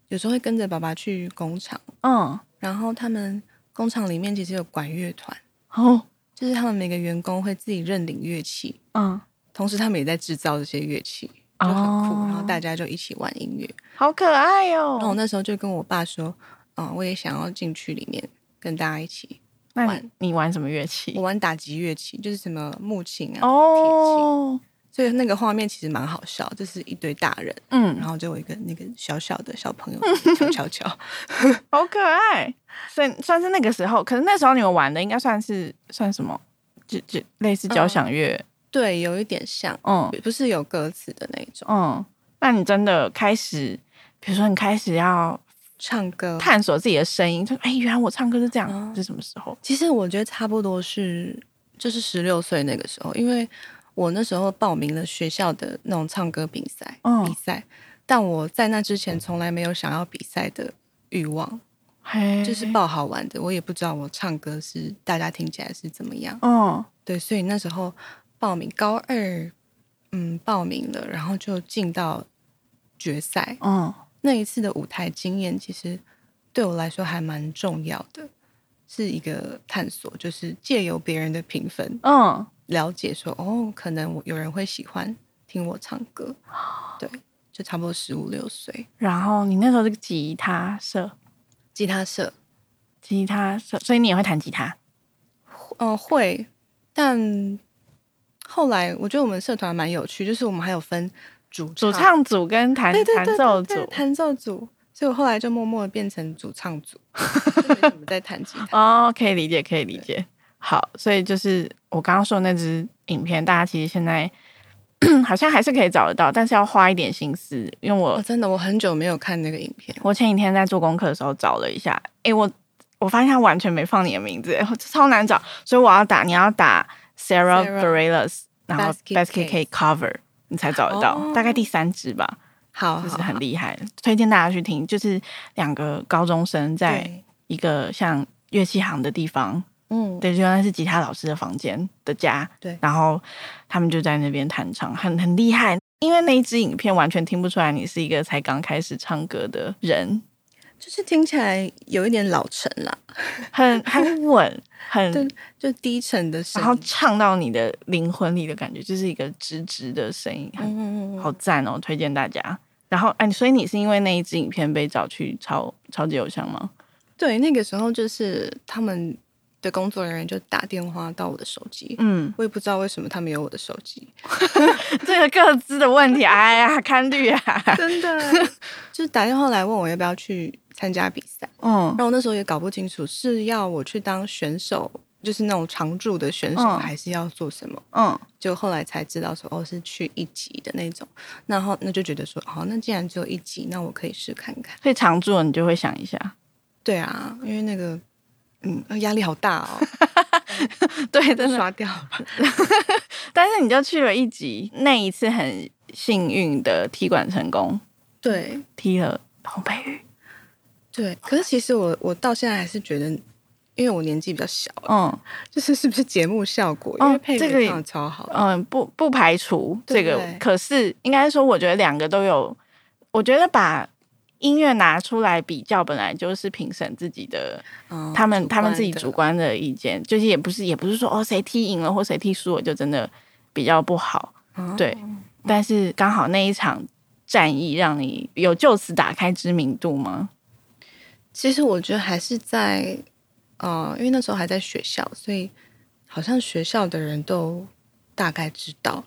A: 有时候会跟着爸爸去工厂，
B: 嗯，
A: 然后他们工厂里面其实有管乐团，
B: 哦，
A: 就是他们每个员工会自己认领乐器，
B: 嗯，
A: 同时他们也在制造这些乐器，就很酷。
B: 哦
A: 然后大家就一起玩音乐。
B: 好可爱
A: 然后我
B: 哦。
A: 那时候就跟我爸说，啊、我也想要进去里面跟大家一起。
B: 那你
A: 玩
B: 你玩什么乐
A: 我
B: 器？
A: 玩打击乐器，就是什么木琴啊、
B: 哦，
A: 铁琴，所以那个画面其实蛮好笑，就是一堆大人，
B: 嗯
A: 然，后就有一个那个小小的小朋友敲敲敲。
B: 好可爱。算算是那个时候，可是那时候你们玩的应该算是算什么？就就类似交响乐，
A: 对，有一点像，
B: 嗯
A: 不是有歌词的那一种，
B: 嗯。那你真的开始，比如说你开始要
A: 唱歌。
B: 探索自己的声音，就哎、原来我唱歌是这样，
A: 哦
B: 是什么时候？
A: 其实我觉得差不多是，就是十六岁那个时候，因为我那时候报名了学校的那种唱歌比赛，
B: 嗯
A: 比赛，但我在那之前从来没有想要比赛的欲望，
B: 嘿，
A: 就是报好玩的，我也不知道我唱歌是大家听起来是怎么样，
B: 嗯
A: 对，所以那时候报名高二，嗯，报名了，然后就进到决赛，
B: 嗯，
A: 那一次的舞台经验，其实对我来说还蛮重要的，是一个探索，就是借由别人的评分，
B: 嗯，
A: 了解说哦，可能我有人会喜欢听我唱歌，对，就差不多十五六岁，
B: 然后你那时候是吉他社，
A: 吉他社，
B: 吉他社，所以你也会弹吉他。
A: 嗯、会，但后来我觉得我们社团蛮有趣，就是我们还有分主
B: 主唱组跟弹
A: 对对
B: 弹
A: 对
B: 奏
A: 对对
B: 组
A: 弹奏组，所以我后来就默默的变成主唱 组，就没怎么在弹吉他。
B: 哦，可以理解，可以理解。好，所以就是我刚刚说的那支影片，大家其实现在 好像还是可以找得到，但是要花一点心思，因为我
A: 哦，真的，我很久没有看那个影片。
B: 我前几天在做功课的时候找了一下，诶，我我发现它完全没放你的名字， 诶超难找，所以我要打，你要打 Sarah
A: Sarah
B: Bareilles，然后
A: Basket
B: Basket Case Cover，你才找得到，
A: 哦
B: 大概第三支吧。
A: 好，
B: 就是
A: 好
B: 很
A: 好
B: 厉害，推荐大家去听。就是两个高中生在
A: 对
B: 一个像乐器行的地方，
A: 嗯，
B: 对，原来是吉他老师的房间的家，
A: 对
B: 然后他们就在那边弹唱，很很厉害。因为那一支影片完全听不出来你是一个才刚开始唱歌的人，
A: 就是听起来有一点老成啦，
B: 很很稳，
A: 就
B: 很
A: 就低沉的声
B: 然
A: 音，
B: 后唱到你的灵魂里的感觉，就是一个直直的声音，很
A: 嗯嗯嗯
B: 好赞哦，推荐大家。然后，哎、所以你是因为那一支影片被找去超超级偶像吗？
A: 对，那个时候就是他们的工作人员就打电话到我的手机，
B: 嗯，
A: 我也不知道为什么他们有我的手机，
B: 这个各自的问题，哎呀，看绿啊，
A: 真的就是打电话来问我要不要去参加比赛，
B: 嗯
A: 然后我那时候也搞不清楚是要我去当选手，就是那种常驻的选手，
B: 嗯
A: 还是要做什么。
B: 嗯
A: 就后来才知道说哦是去一级的那种，然后那就觉得说哦，那既然只有一级，那我可以试看看。
B: 所以常驻你就会想一下，
A: 对啊，因为那个嗯呃压力好大 哦，
B: 对，
A: 就
B: 真的。
A: 刷掉了吧。
B: 但是你就去了一集，那一次很幸运的踢馆成功，
A: 对
B: 踢了洪佩瑜，
A: 对，可是其实我我到现在还是觉得，因为我年纪比较小，啊
B: 嗯
A: 就是是不是节目效果？
B: 哦
A: 因为配
B: 这个
A: 乐
B: 也
A: 唱的超好，
B: 嗯，不不排除这
A: 对
B: 个，
A: 对
B: 可是应该说，我觉得两个都有，我觉得把。音乐拿出来比较，本来就是评审自己的，
A: 嗯
B: 他们
A: 主
B: 他们
A: 观
B: 自己
A: 的
B: 主观的意见，就是也不是也不是说哦谁踢赢了或谁踢输了就真的比较不好，
A: 哦
B: 对，但是刚好那一场战役让你有就此打开知名度吗？
A: 其实我觉得还是在呃，因为那时候还在学校，所以好像学校的人都大概知道。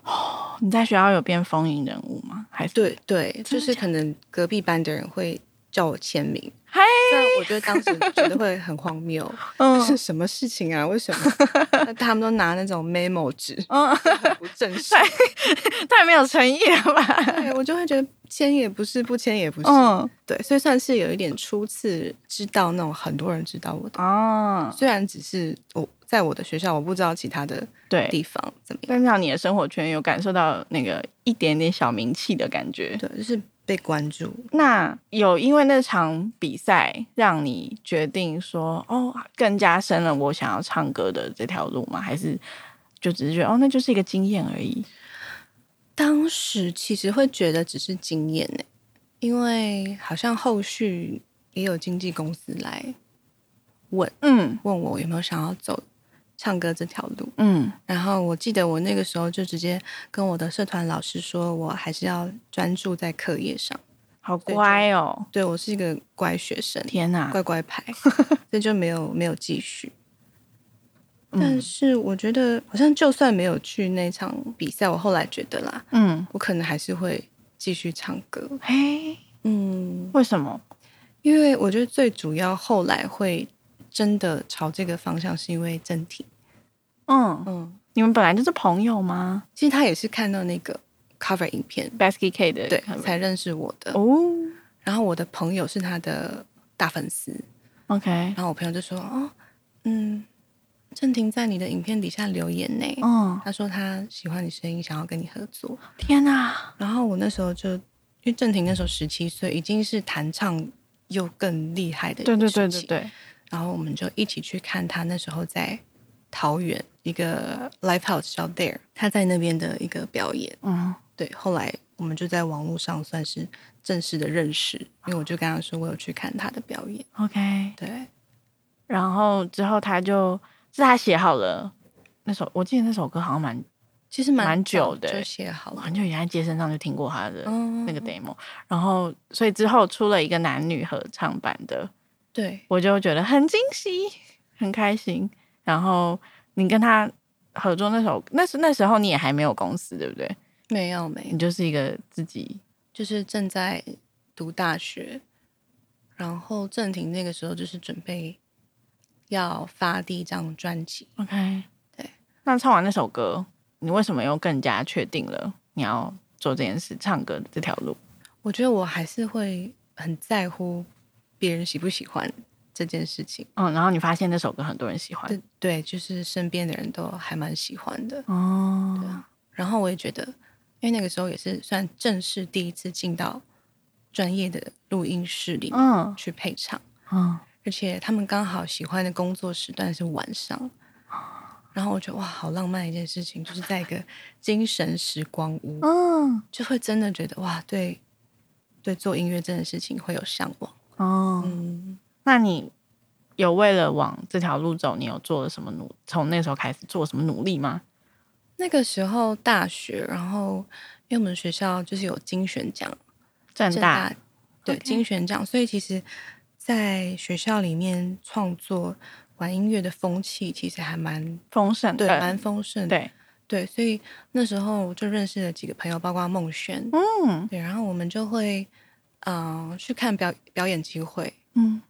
B: 你在学校有变风云人物吗？还是
A: 对对，
B: 真的
A: 就是可能隔壁班的人会叫我签名，
B: 嘿，
A: 但我觉得当时觉得会很荒谬，
B: 嗯
A: 就是什么事情啊？为什 么？那他们都拿那种 memo 纸，
B: 嗯，
A: 很不正式。
B: 太没有诚意了吧？
A: 对，我就会觉得签也不是，不签也不是，
B: 嗯
A: 对，所以算是有一点初次知道那种很多人知道我的，
B: 啊，
A: 虽然只是我在我的学校，我不知道其他的
B: 对。
A: 地方怎么样，
B: 但至少你的生活圈有感受到那个一点点小名气的感觉。
A: 对，就是被关注，
B: 那有因为那场比赛让你决定说，哦，更加深了我想要唱歌的这条路吗？还是就只是觉得，哦，那就是一个经验而已？
A: 当时其实会觉得只是经验呢、因为好像后续也有经纪公司来问
B: 嗯
A: 问我有没有想要走唱歌这条路，
B: 嗯
A: 然后我记得我那个时候就直接跟我的社团老师说，我还是要专注在课业上。
B: 好乖哦，
A: 对我是一个乖学生，
B: 天啊哪！
A: 乖乖牌，所以就没有没有继续。但
B: 嗯
A: 是我觉得，好像就算没有去那场比赛，我后来觉得啦，
B: 嗯，
A: 我可能还是会继续唱歌。
B: 嘿，
A: 嗯，
B: 为什么？
A: 因为我觉得最主要后来会真的朝这个方向，是因为真体。
B: 嗯，
A: 嗯，
B: 你们本来就是朋友吗
A: 其实他也是看到那个 cover 影片，
B: ？Basket K 的
A: 对，
B: cover
A: 才认识我的。
B: 哦
A: 然后我的朋友是他的大粉丝，
B: ，OK，
A: 然后我朋友就说：“哦，嗯，郑婷在你的影片底下留言呢。
B: 嗯，
A: 他说他喜欢你声音，想要跟你合作。
B: 天哪，
A: 然后我那时候就，因为郑婷那时候十七岁，已经是弹唱又更厉害的
B: 对对
A: 时
B: 对对
A: 期。
B: 对，
A: 然后我们就一起去看他那时候在桃园一个 live house 叫 There，他在那边的一个表演。
B: 嗯
A: 对，后来我们就在网络上算是正式的认识，因为我就跟他说我有去看他的表演。
B: ，OK，
A: 对，
B: 然后之后他就是他写好了那首，我记得那首歌好像蛮
A: 其实蛮
B: 蛮
A: 早
B: 久的
A: 就写好了。
B: 很久以前在街声上就听过他的
A: 嗯，
B: 那个 demo，、然后所以之后出了一个男女合唱版的，
A: 对，
B: 我就觉得很惊喜，很开心。然后你跟他合作那首，那时那时候你也还没有公司，对不对？
A: 没有没
B: 你
A: 有，
B: 就是一个自己，
A: 就是正在读大学，然后郑婷那个时候就是准备要发第一张专辑。
B: OK，
A: 对。
B: 那唱完那首歌，你为什么又更加确定了你要做这件事，唱歌这条路？
A: 我觉得我还是会很在乎别人喜不喜欢这件事情。
B: 嗯，然后你发现那首歌很多人喜欢，
A: 对对，就是身边的人都还蛮喜欢的。
B: 哦，
A: 然后我也觉得，因为那个时候也是算正式第一次进到专业的录音室里面
B: 嗯
A: 去配唱，
B: 嗯，
A: 而且他们刚好喜欢的工作时段是晚上，然后我觉得哇，好浪漫的一件事情，就是在一个精神时光屋，
B: 嗯，
A: 就会真的觉得哇，对对，做音乐这件事情会有向往。
B: 哦，
A: 嗯，
B: 那你有为了往这条路走，你有做了什么努？从那时候开始做什么努力吗？
A: 那个时候大学，然后因为我们学校就是有精选奖，
B: 正
A: 正
B: 大，
A: 大对
B: OK
A: 金选奖，所以其实，在学校里面创作玩音乐的风气其实还蛮
B: 丰盛，
A: 对，
B: 呃
A: 蛮丰盛的。
B: 对，
A: 对，所以那时候我就认识了几个朋友，包括孟轩，
B: 嗯
A: 对，然后我们就会嗯、呃去看表表演机会，
B: 嗯，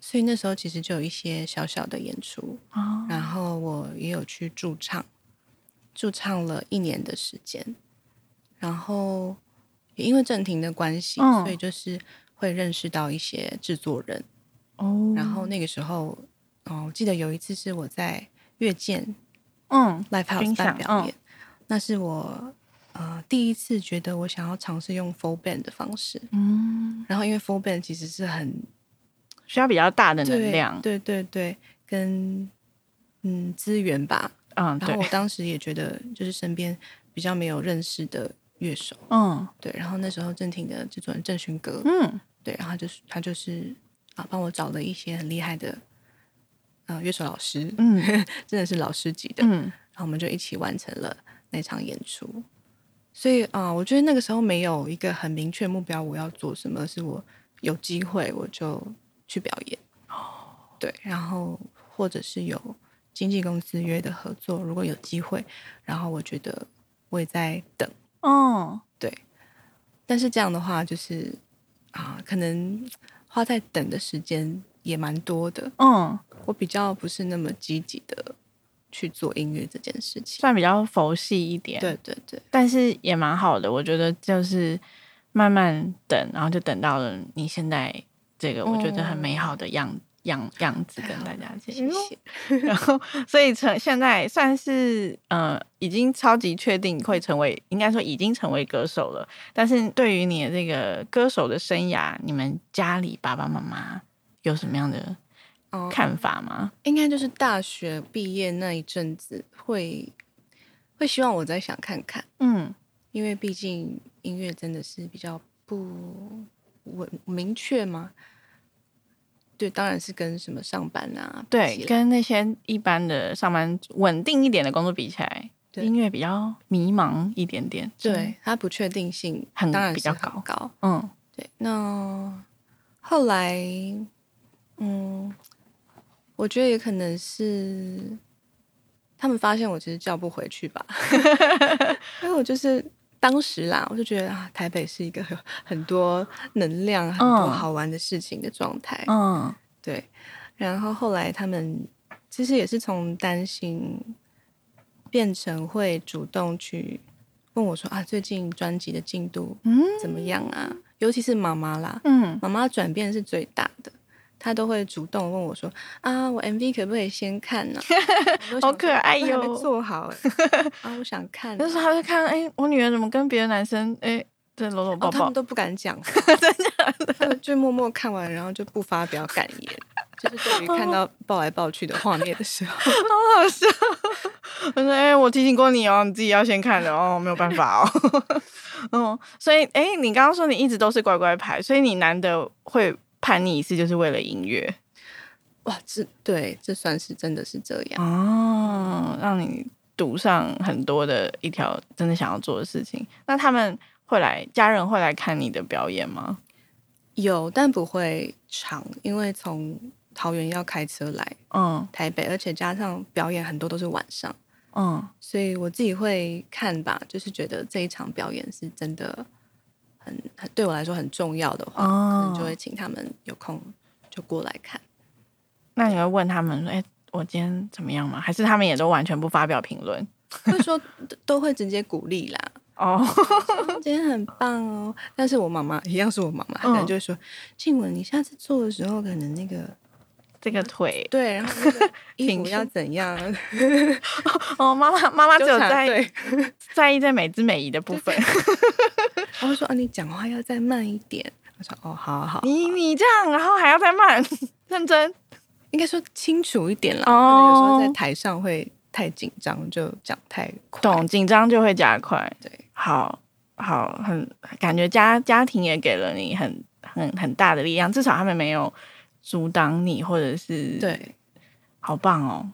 A: 所以那时候其实就有一些小小的演出，
B: 哦，
A: 然后我也有去驻唱，驻唱了一年的时间，然后也因为郑婷的关系，
B: 嗯
A: 所以就是会认识到一些制作人。
B: 哦
A: 然后那个时候，哦，我记得有一次是我在乐见
B: 嗯
A: Live
B: 军
A: House
B: 饷
A: 办表演，那是我呃第一次觉得我想要尝试用 full band 的方式。
B: 嗯，
A: 然后因为 full band 其实是很
B: 需要比较大的能
A: 对
B: 量，
A: 对对对，跟嗯资源吧，
B: 嗯，
A: 然后
B: 对
A: 我，当时也觉得，就是身边比较没有认识的乐手，
B: 嗯
A: 对。然后那时候郑婷的制作人郑勋哥，
B: 嗯
A: 对，然后他就是他就是啊，帮我找了一些很厉害的呃乐手老师，
B: 嗯
A: 真的是老师级的。
B: 嗯，
A: 然后我们就一起完成了那场演出。所以啊、呃我觉得那个时候没有一个很明确目标，我要做什么，是我有机会我就去表演。对，然后或者是有经纪公司约的合作，如果有机会，然后我觉得我也在等。
B: 哦，
A: 对，但是这样的话，就是啊、可能花在等的时间也蛮多的。
B: 嗯，
A: 我比较不是那么积极的去做音乐这件事情。
B: 算比较佛系一点，
A: 对对对。
B: 但是也蛮好的，我觉得就是慢慢等，然后就等到了你现在这个我觉得
A: 哦
B: 很美好的样、样样子跟大家见
A: 谢
B: 面。
A: 谢。
B: 然后，所以成现在算是呃，已经超级确定会成为，应该说已经成为歌手了。但是对于你的这个歌手的生涯，你们家里爸爸妈妈有什么样的
A: 哦
B: 看法吗？
A: 应该就是大学毕业那一阵子会会希望我再想看看，
B: 嗯
A: 因为毕竟音乐真的是比较不稳明确嘛。对，当然是跟什么上班啊，
B: 对
A: 比，起来
B: 跟那些一般的上班族稳定一点的工作比起来，
A: 对
B: 音乐比较迷茫一点点。
A: 对，它不确定性
B: 很
A: 当然
B: 比
A: 是
B: 较
A: 很
B: 高
A: 高
B: 嗯
A: 对，那后来，嗯，我觉得也可能是他们发现我其实叫不回去吧， 因为我就是当时啦，我就觉得啊，台北是一个 有很多能量、很多
B: 嗯
A: 好玩的事情的状态。
B: 嗯
A: 对，然后后来他们其实也是从担心变成会主动去问我说啊，最近专辑的进度
B: 嗯
A: 怎么样啊？尤其是妈妈啦，
B: 嗯
A: 妈妈转变是最大的，她都会主动问我说啊，我 MV 可不可以先看呢、我都想说
B: 好可爱哟
A: 我还没做好、 欸、啊，我想看、
B: 那时候他就看，哎、我女儿怎么跟别的男生，哎、这搂搂抱
A: 哦，他
B: 抱
A: 们，都不敢 讲，真的，就默默看完，然后就不发表感言，就是对于看到抱来抱去的画面的时候，
B: 好好笑。 我说，哎、我提醒过你哦，你自己要先看的哦，没有办法哦。 嗯，所以，哎、你刚刚说你一直都是乖乖牌，所以你难得会叛逆一次，就是为了音乐
A: 哇，这对，这算是真的是这样。
B: 哦，让你赌上很多的一条真的想要做的事情。那他们会来，家人会来看你的表演吗？
A: 有，但不会长，因为从桃园要开车来
B: 嗯
A: 台北，而且加上表演很多都是晚上，
B: 嗯
A: 所以我自己会看吧，就是觉得这一场表演是真的很很对我来说很重要的话，可能就
B: 哦
A: 会，请他们有空就过来看。
B: 那你会问他们说，哎、我今天怎么样吗？还是他们也都完全不发表评论？
A: 会 说都都会直接鼓励啦，
B: 哦，
A: 今天很棒哦。但是我妈妈一样是我妈妈，她可能
B: 嗯
A: 就会说：“静雯，你下次做的时候可能那个
B: 这个腿
A: 对，然后那个衣
B: 挺
A: 服要怎样，
B: 哦，妈妈妈妈只有
A: 纠缠
B: 在
A: 对。
B: 在意在美姿美仪的部分。
A: 然后说：“啊，你讲话要再慢一点。”我说：“哦，好好好，
B: 你你这样，然后还要再慢，认真
A: 应该说清楚一点啦。可能有时
B: 哦
A: 候在台上会太紧张，就讲太快。
B: 懂紧张就会加快。
A: 对，
B: 好好，很感觉家家庭也给了你很很很大的力量，至少他们没有阻挡你，或者是，
A: 对，
B: 好棒哦。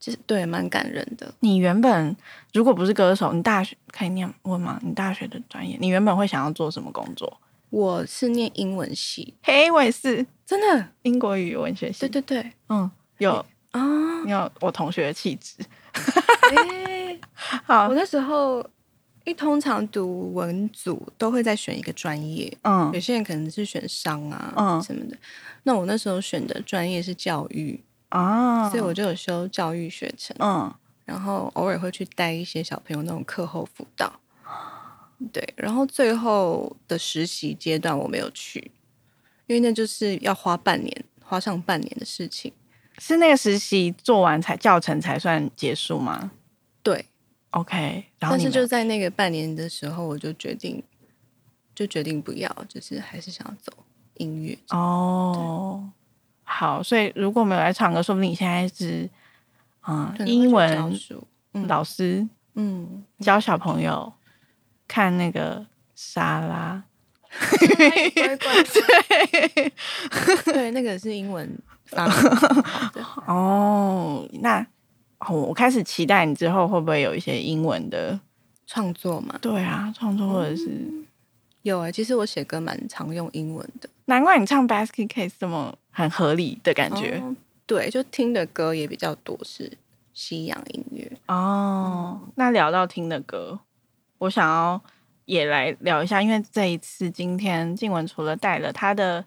A: 就是对，蛮感人的。
B: 你原本如果不是歌手，你大学可以念问吗？你大学的专业，你原本会想要做什么工作？
A: 我是念英文系，
B: 嘿，我也是
A: 真的，
B: 英国语文学系。
A: 对，对对
B: 嗯，有
A: 啊。
B: 你有我同学的气质。
A: 诶
B: 好
A: 我，那时候，因为通常读文组都会再选一个专业，
B: 嗯
A: 有些人可能是选商啊、
B: 嗯
A: 什么的。那我那时候选的专业是教育，
B: 啊，
A: 所以我就有修教育学程，
B: 嗯
A: 然后偶尔会去带一些小朋友那种课后辅导。对，然后最后的实习阶段我没有去，因为那就是要花半年，花上半年的事情。
B: 是那个实习做完才教程才算结束吗
A: 对，
B: ？OK，然
A: 但
B: 后你
A: 是
B: 们
A: 就在那个半年的时候，我就决定，就决定不要，就是还是想要走音乐。
B: 哦，好，所以如果没有来唱歌，说不定你现在是嗯
A: 可能会去
B: 英
A: 教
B: 文
A: 书，嗯
B: 老师
A: 嗯，
B: 教小朋友看那个沙拉，
A: 对，那个是英文发明 的好的
B: 哦，那哦我开始期待你之后会不会有一些英文的
A: 创作嘛。
B: 对啊创作或者是。
A: 有哎、其实我写歌蛮常用英文的，
B: 难怪你唱 Basket Case 这么很合理的感觉，
A: 哦对，就听的歌也比较多是西洋音乐。
B: 哦，那聊到听的歌，我想要也来聊一下，因为这一次今天静雯除了带了她的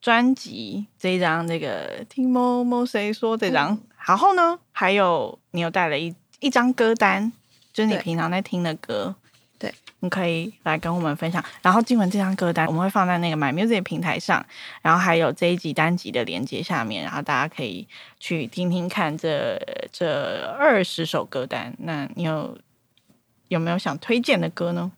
B: 专辑这一张，这个听某某谁说这张，
A: 嗯
B: 然后呢，还有你有带了一一张歌单，就是你
A: 对
B: 平常在听的歌，
A: 对，
B: 你可以来跟我们分享。然后静文这张歌单我们会放在那个 My Music 平台上，然后还有这一集单集的连接下面，然后大家可以去听听看这这二十首歌单。那你有有没有想推荐的歌呢？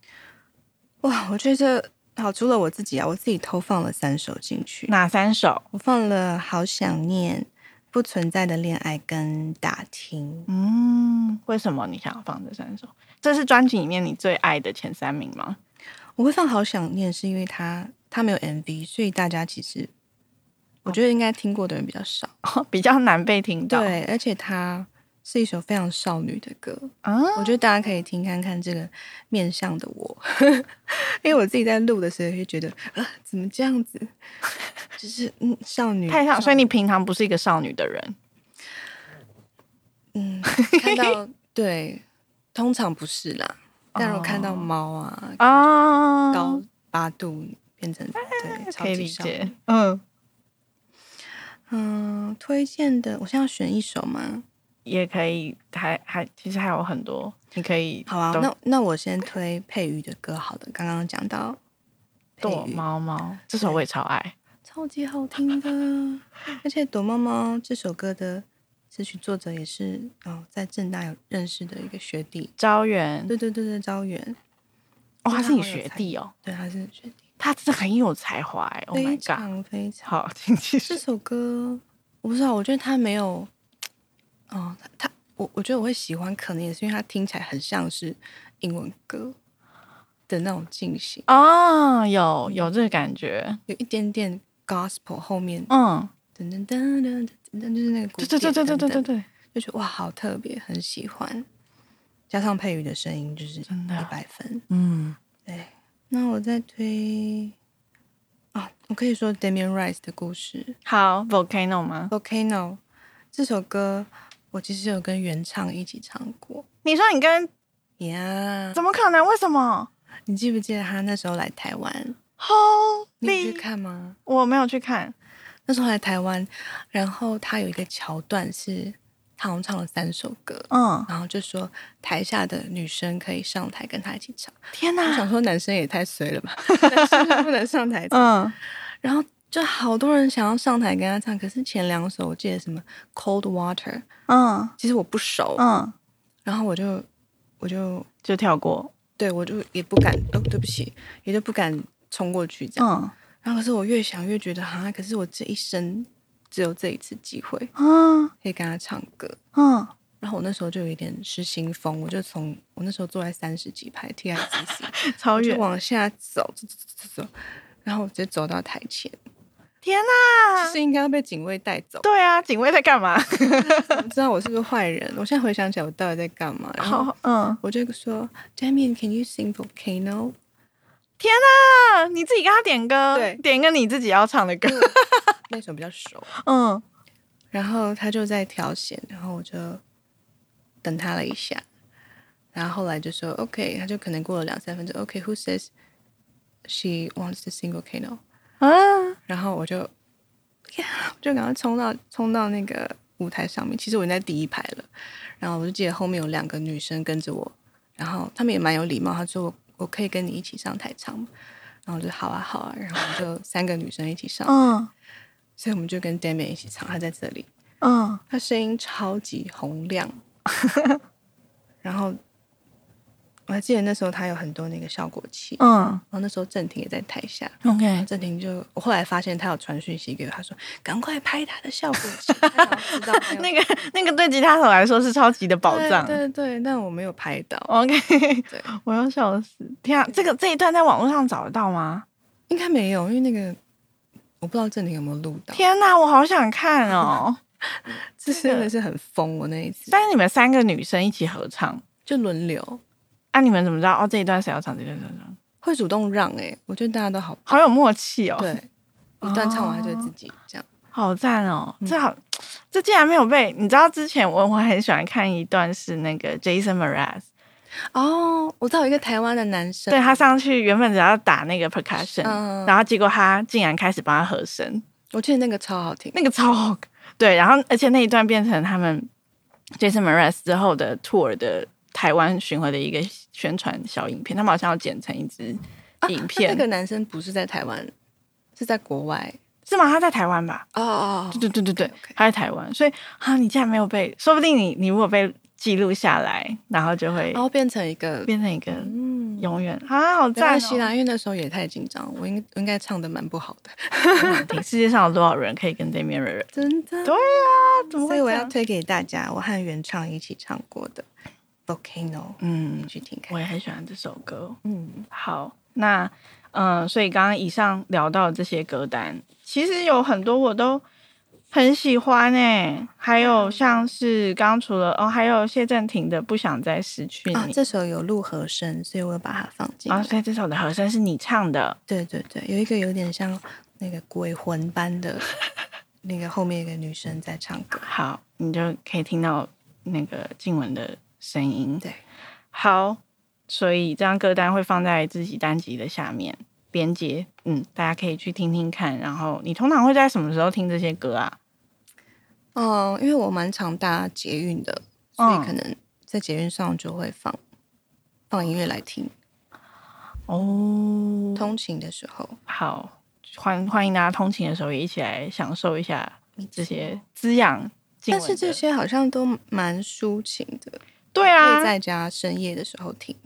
A: 哇，我觉得好，除了我自己啊，我自己偷放了三首进去。
B: 哪三首？
A: 我放了《好想念》、《不存在的恋爱》跟《打听》。
B: 嗯，为什么你想要放这三首？这是专辑里面你最爱的前三名吗？
A: 我会放《好想念》是因为它它没有 MV，所以大家其实我觉得应该听过的人比较少。
B: 比较难被听到。，
A: 对，而且它是一首非常少女的歌，
B: 啊，
A: 我觉得大家可以听看看这个面向的我， 因为我自己在录的时候就觉得，啊，怎么这样子？ 就是嗯，少女
B: 太像。所以
A: 女
B: 你平常不是一个少女的人。
A: 嗯，看 到对，通常不是啦，但如果看
B: 哦
A: 到猫啊，
B: 啊，
A: 高八度变成对，超
B: 可以
A: 级
B: 理
A: 少女
B: 解。嗯，
A: 嗯，推荐的，我现在要选一首吗？
B: 也可以，还还其实还有很多，你可以
A: 好啊，
B: 都
A: 那那我先推佩瑜的歌，好的，刚刚讲到佩
B: 躲
A: 瑜
B: 猫猫这首我也超爱。
A: 超级好听的，而且《躲猫猫》这首歌的词曲作者也是哦，在正大有认识的一个学弟，
B: 招远，
A: 对对对对，招远，
B: 哦，他是你学弟哦，
A: 对，他是学弟，
B: 他真的很有才华哎，Oh
A: 非
B: my god！
A: 常非常。
B: 好，请继
A: 这
B: 续。
A: 首歌我不知道，我觉得他没有，哦，他他我我觉得我会喜欢，可能也是因为他听起来很像是英文歌的那种进行，
B: 哦，有有这个感觉，
A: 有一点点 gospel 后面
B: 嗯，
A: 噔噔噔噔噔噔，就是那个鼓
B: 对对对对
A: 点
B: 对
A: 等
B: 对
A: 等
B: 对对，
A: 就觉得哇，好特别，很喜欢。加上佩瑜的声音，就是
B: 真的啊
A: 一百分。
B: 嗯，
A: 对，那我再推啊，我可以说 Damian Rice 的故事
B: 好，Volcano 吗？
A: 《Volcano》这首歌，我其实有跟原唱一起唱过
B: 你说你跟
A: 呀。
B: 怎么可能？为什么
A: 你记不记得他那时候来台湾？你有去
B: ？Holy，
A: 看吗？
B: 我没有去看，
A: 那时候来台湾，然后他有一个桥段是，他好像唱了三首歌，
B: 嗯，
A: 然后就说台下的女生可以上台跟他一起唱。
B: 天
A: 我
B: 哪，
A: 想说男生也太衰了 吧，男生就不能上台唱。
B: 嗯，
A: 然后就好多人想要上台跟他唱，可是前两首我记得什么《Cold Water》，
B: 嗯
A: 其实我不熟，
B: 嗯，
A: 然后我就我就
B: 就跳过，
A: 对我就也不敢，哦，对不起，也就不敢冲过去这样。
B: 嗯
A: 然后可是我越想越觉得，哈，可是我这一生只有这一次机会
B: 嗯
A: 可以跟他唱歌。
B: 嗯，
A: 然后我那时候就有一点失心疯，我就从我那时候坐在三十几排 T I C C，
B: 超
A: 我就
B: 远，
A: 往下走，走走走走，然后我直接走到台前，
B: 天哪，
A: 是应该要被警卫带走。
B: 对啊，警卫在干嘛？
A: 我知道我是个坏人，我现在回想起来我到底在干嘛。然后
B: 好， 嗯，
A: 我就说，Damian，can you sing Volcano？
B: 天哪，你自己跟他点歌，
A: 对
B: 点一个你自己要唱的歌，
A: 那首比较熟。
B: 嗯，
A: 然后他就在调弦，然后我就等他了一下，然后后来就说 OK，他就可能过了两三分钟，OK，who、says she wants to sing Volcano？
B: 啊，
A: 然后我就，呀我就赶快冲到冲到那个舞台上面。其实我已经在第一排了，然后我就记得后面有两个女生跟着我，然后她们也蛮有礼貌，她说我我可以跟你一起上台唱吗？然后我就好啊好啊，然后我们就三个女生一起上，
B: 嗯
A: 所以我们就跟 Damian 一起唱，她在这里，
B: 嗯，
A: 她声音超级洪亮，然后我还记得那时候她有很多那个效果器，然
B: 嗯
A: 后那时候郑婷也在台下，
B: ，OK，
A: 郑婷就，我后来发现她有传讯息给我，她说赶快拍她的效果器，她想知道她有
B: 那个那个对吉他手来说是超级的宝藏。
A: 对对对，但我没有拍到，
B: OK，
A: 对，
B: 我要笑死！天啊，这个这一段在网络上找得到吗？
A: 应该没有，因为那个我不知道郑婷有没有录到，
B: 天哪，我好想看 哦！
A: 这真的是很疯，我那一次
B: 但是你们三个女生一起合唱，
A: 就轮流
B: 啊，你们怎么知道？哦，这一段谁要唱？这一段谁要唱？
A: 会主动让、欸，哎，我觉得大家都好，
B: 好有默契哦！
A: 对，一段唱完她就自己这样，
B: 好赞哦！
A: 嗯
B: 这好，这竟然没有被你知道？之前我我很喜欢看一段是那个 Jason Mraz，
A: 哦，我知道有一个台湾的男生，
B: 对他上去原本只要打那个 percussion，、
A: 嗯
B: 然后结果他竟然开始帮他和声，
A: 我记得那个超好听，
B: 那个超好对，然后而且那一段变成他们 Jason Mraz 之后的 tour 的台湾巡回的一个宣传小影片，他们好像要剪成一支影片，
A: 啊那个男生不是在台湾，是在国外。
B: 是吗？他在台湾吧？
A: 哦哦
B: 对对对对，他在台湾，所以啊，你竟然没有被，说不定你你如果被记录下来，然后就会
A: 然后变成一个，
B: 变成一个
A: 嗯，
B: 永远啊，好
A: 没
B: 赞
A: 关系
B: 哦！
A: 啦，因为那时候也太紧张，我应我应该唱的蛮不好的，
B: 世界上有多少人可以跟 Damian r a
A: 真的。
B: 对啊， 怎么
A: 所
B: 会
A: 以
B: 这
A: 我要
B: 样？
A: 推给大家，我和原唱一起唱过的《Volcano》，
B: 嗯，
A: 去听看
B: 我。也很喜欢这首歌。
A: 嗯，
B: 好，那嗯、呃所以刚刚以上聊到这些歌单，其实有很多我都很喜欢诶、还有像是刚刚除了哦，还有谢震廷的《不想再失去你》
A: 啊，这首有录和声，所以我把它放进
B: 啊，
A: 来。
B: 所以这首的和声是你唱的，
A: 对对对，有一个有点像那个鬼魂般 的那个后面一个女生在唱歌。
B: 好，你就可以听到那个静雯的声音。
A: 对，
B: 好，所以这张歌单会放在自己单集的下面连接，嗯，大家可以去听听看。然后你通常会在什么时候听这些歌啊？
A: 哦，因为我蛮常搭捷运的，所
B: 嗯
A: 以可能在捷运上就会放放音乐来听，
B: 哦，
A: 通勤的时候。
B: 好，欢欢迎大家通勤的时候也一起来享受一下这些滋养静
A: 但
B: 雯
A: 是
B: 的。
A: 这些好像都蛮抒情的，
B: 对
A: 可以
B: 啊，
A: 在家深夜的时候听。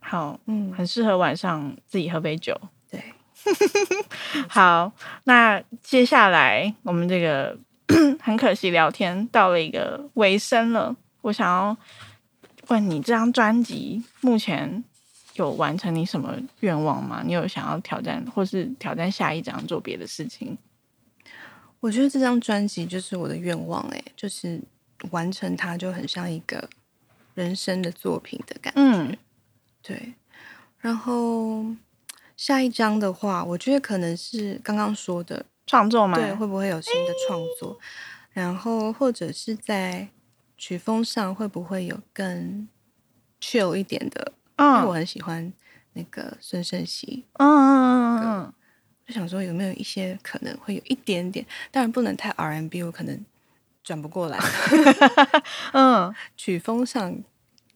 B: 好，
A: 嗯，
B: 很适合晚上自己喝杯酒。
A: 对，
B: 好，那接下来我们这个 很可惜聊天到了一个尾声了，我想要问你，这张专辑目前有完成你什么愿望吗？你有想要挑战，或是挑战下一张做别的事情？
A: 我觉得这张专辑就是我的愿望、欸，就是完成它就很像一个人生的作品的感觉。
B: 嗯
A: 对，然后下一张的话，我觉得可能是刚刚说的，
B: 创作吗？
A: 对，会不会有新的创作？然后或者是在曲风上会不会有更 chill 一点的？因为我
B: 嗯
A: 很喜欢那个孙盛熙，
B: 嗯嗯嗯嗯
A: 就想说有没有一些可能会有一点点，当然不能太 R&B，我可能转不过来。
B: 嗯嗯，
A: 曲风上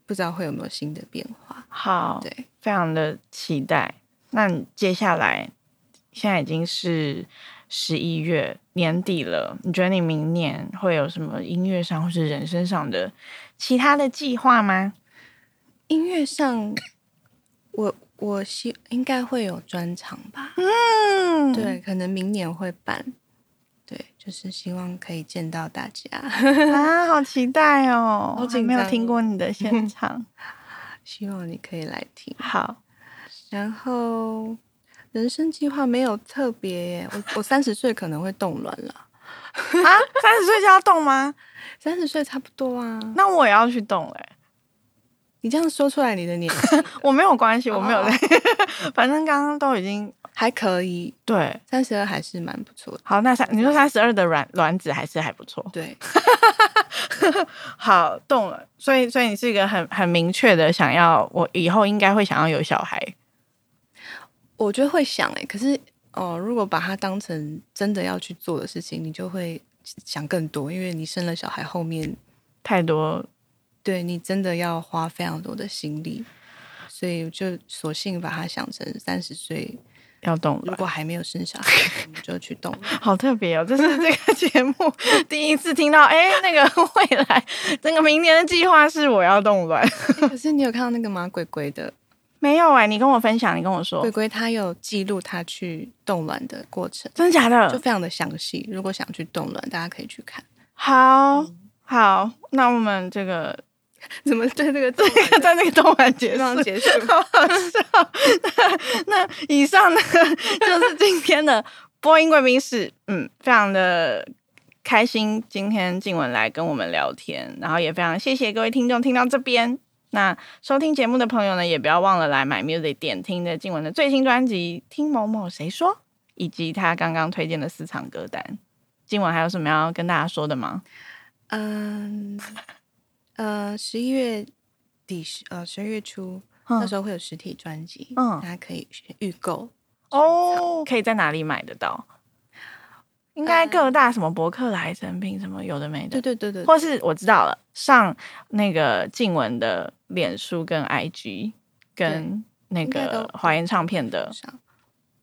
A: 不知道会有没有新的变化。
B: 好，
A: 对，
B: 非常的期待。那你接下来现在已经是十一月年底了，你觉得你明年会有什么音乐上或是人生上的其他的计划吗？
A: 音乐上，我我希应该会有专场吧？
B: 嗯，
A: 对，可能明年会办。对，就是希望可以见到大家，
B: 啊，好期待哦！
A: 好
B: 我还
A: 紧
B: 没有
A: 张嗯
B: 听过你的现场。
A: 希望你可以来听。
B: 好，啊
A: 然后人生计划没有特别耶，我我三十岁可能会冻卵了，
B: 啊，三十岁就要动吗？
A: 三十岁差不多啊。
B: 那我也要去动嘞、
A: 你这样说出来你的年纪
B: 我没有关系，我没有
A: 哦
B: 在， 反正刚刚都已经
A: 还可以，
B: 对。
A: 三十二还是蛮不错的。
B: 好，那三你说三十二的卵卵子还是还不错，
A: 对，
B: 好，动了。所以，所以你是一个很很明确的想要，我以后应该会想要有小孩。
A: 我觉得会想哎、可是哦、呃如果把它当成真的要去做的事情，你就会想更多，因为你生了小孩后面，
B: 太多，
A: 对你真的要花非常多的心力，所以就索性把它想成三十岁，
B: 要动
A: 如
B: 了，
A: 果还没有生小孩，我们就去动。哎
B: 好特别哦！这是这个节目第一次听到，哎，那个未来 那个明年的计划是我要动卵，
A: 欸可是你有看到那个吗？鬼鬼的
B: 没有哎、你跟我分享，你跟我说
A: 鬼，鬼，他有记录他去冻卵的过程，
B: 真假
A: 就
B: 的？
A: 非常的详细。如果想去冻卵，大家可以去看。
B: 好
A: 嗯
B: 好，那我们这个
A: 怎么对这个冻
B: 这个
A: 卵
B: 在这个动完结
A: 地
B: 束
A: 方结束？
B: 好好笑。那那以上呢，就是今天的播音贵宾室。嗯，非常的开心，今天静雯来跟我们聊天，然后也非常谢谢各位听众听到这边。那收听节目的朋友呢，也不要忘了来买 Music 点听的静雯的最新专辑《听某某谁说》，以及她刚刚推荐的私藏歌单。静雯还有什么要跟大家说的吗？
A: 嗯，呃，十一月底十呃十二月初、那时候会有实体专辑，
B: 嗯
A: 大家可以去预购。
B: 哦，可以在哪里买得到？应该各大什么博客来成品什么有的没的
C: 对，对对对，
B: 或是我知道了，上那个静雯的脸书跟 IG 跟那
C: 应该都
B: 个华研唱片的
C: 上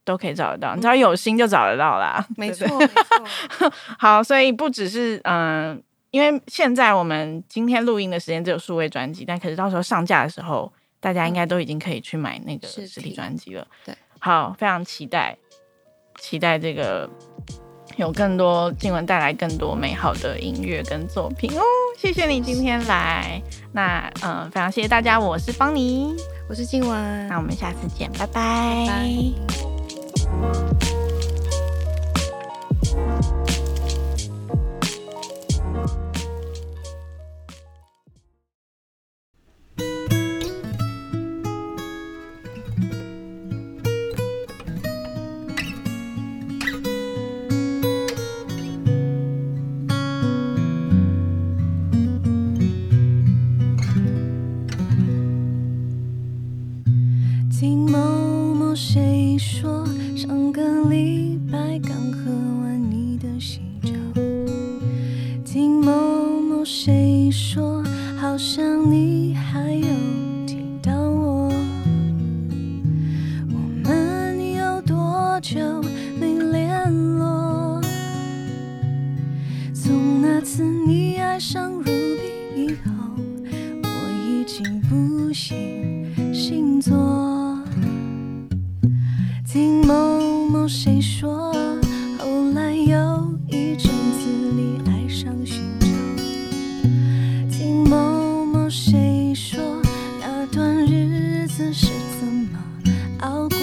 B: 都可以找得到，你只要有心就找得到啦。
C: 没
B: 对
C: 错
B: 不对
C: 没错，
B: 好，所以不只是嗯、呃因为现在我们今天录音的时间只有数位专辑，但可是到时候上架的时候，大家应该都已经可以去买那个
C: 嗯实体
B: 实体专辑了。
C: 对，
B: 好，非常期待，期待这个有更多静雯带来更多美好的音乐跟作品哦。谢谢你今天来，那嗯、呃非常谢谢大家，我是邦尼，
C: 我是静雯
B: 那，我们下次见，拜
C: 拜拜。
A: 听某某谁说，上个礼拜刚喝完你的喜酒。听某某谁说，好像你还有提到我。我们有多久没联络？从那次你爱上 Ruby 以后，我已经不行。星座。听某某谁说，后来有一阵子你爱上酗酒。听某某谁说，那段日子是怎么熬过？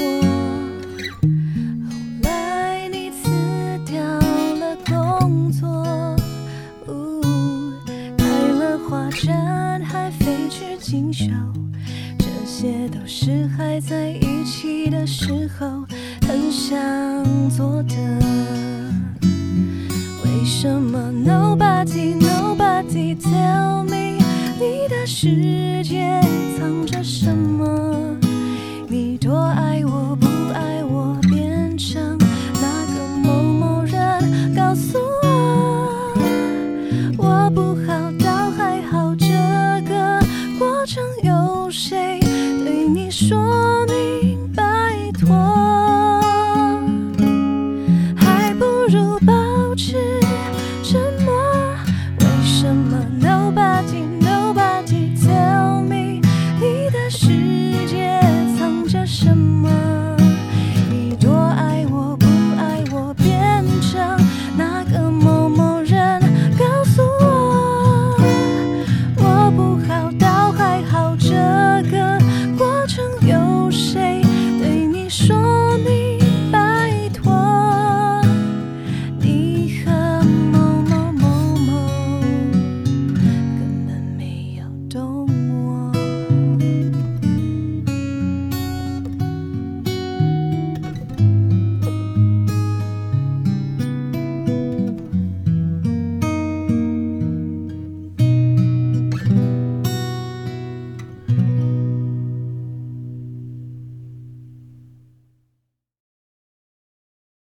A: 后来你辞掉了工作。呜开了花展，还飞去进修，这些都是还在一起的时候很想做的。为什么 nobody nobody tell me 你的事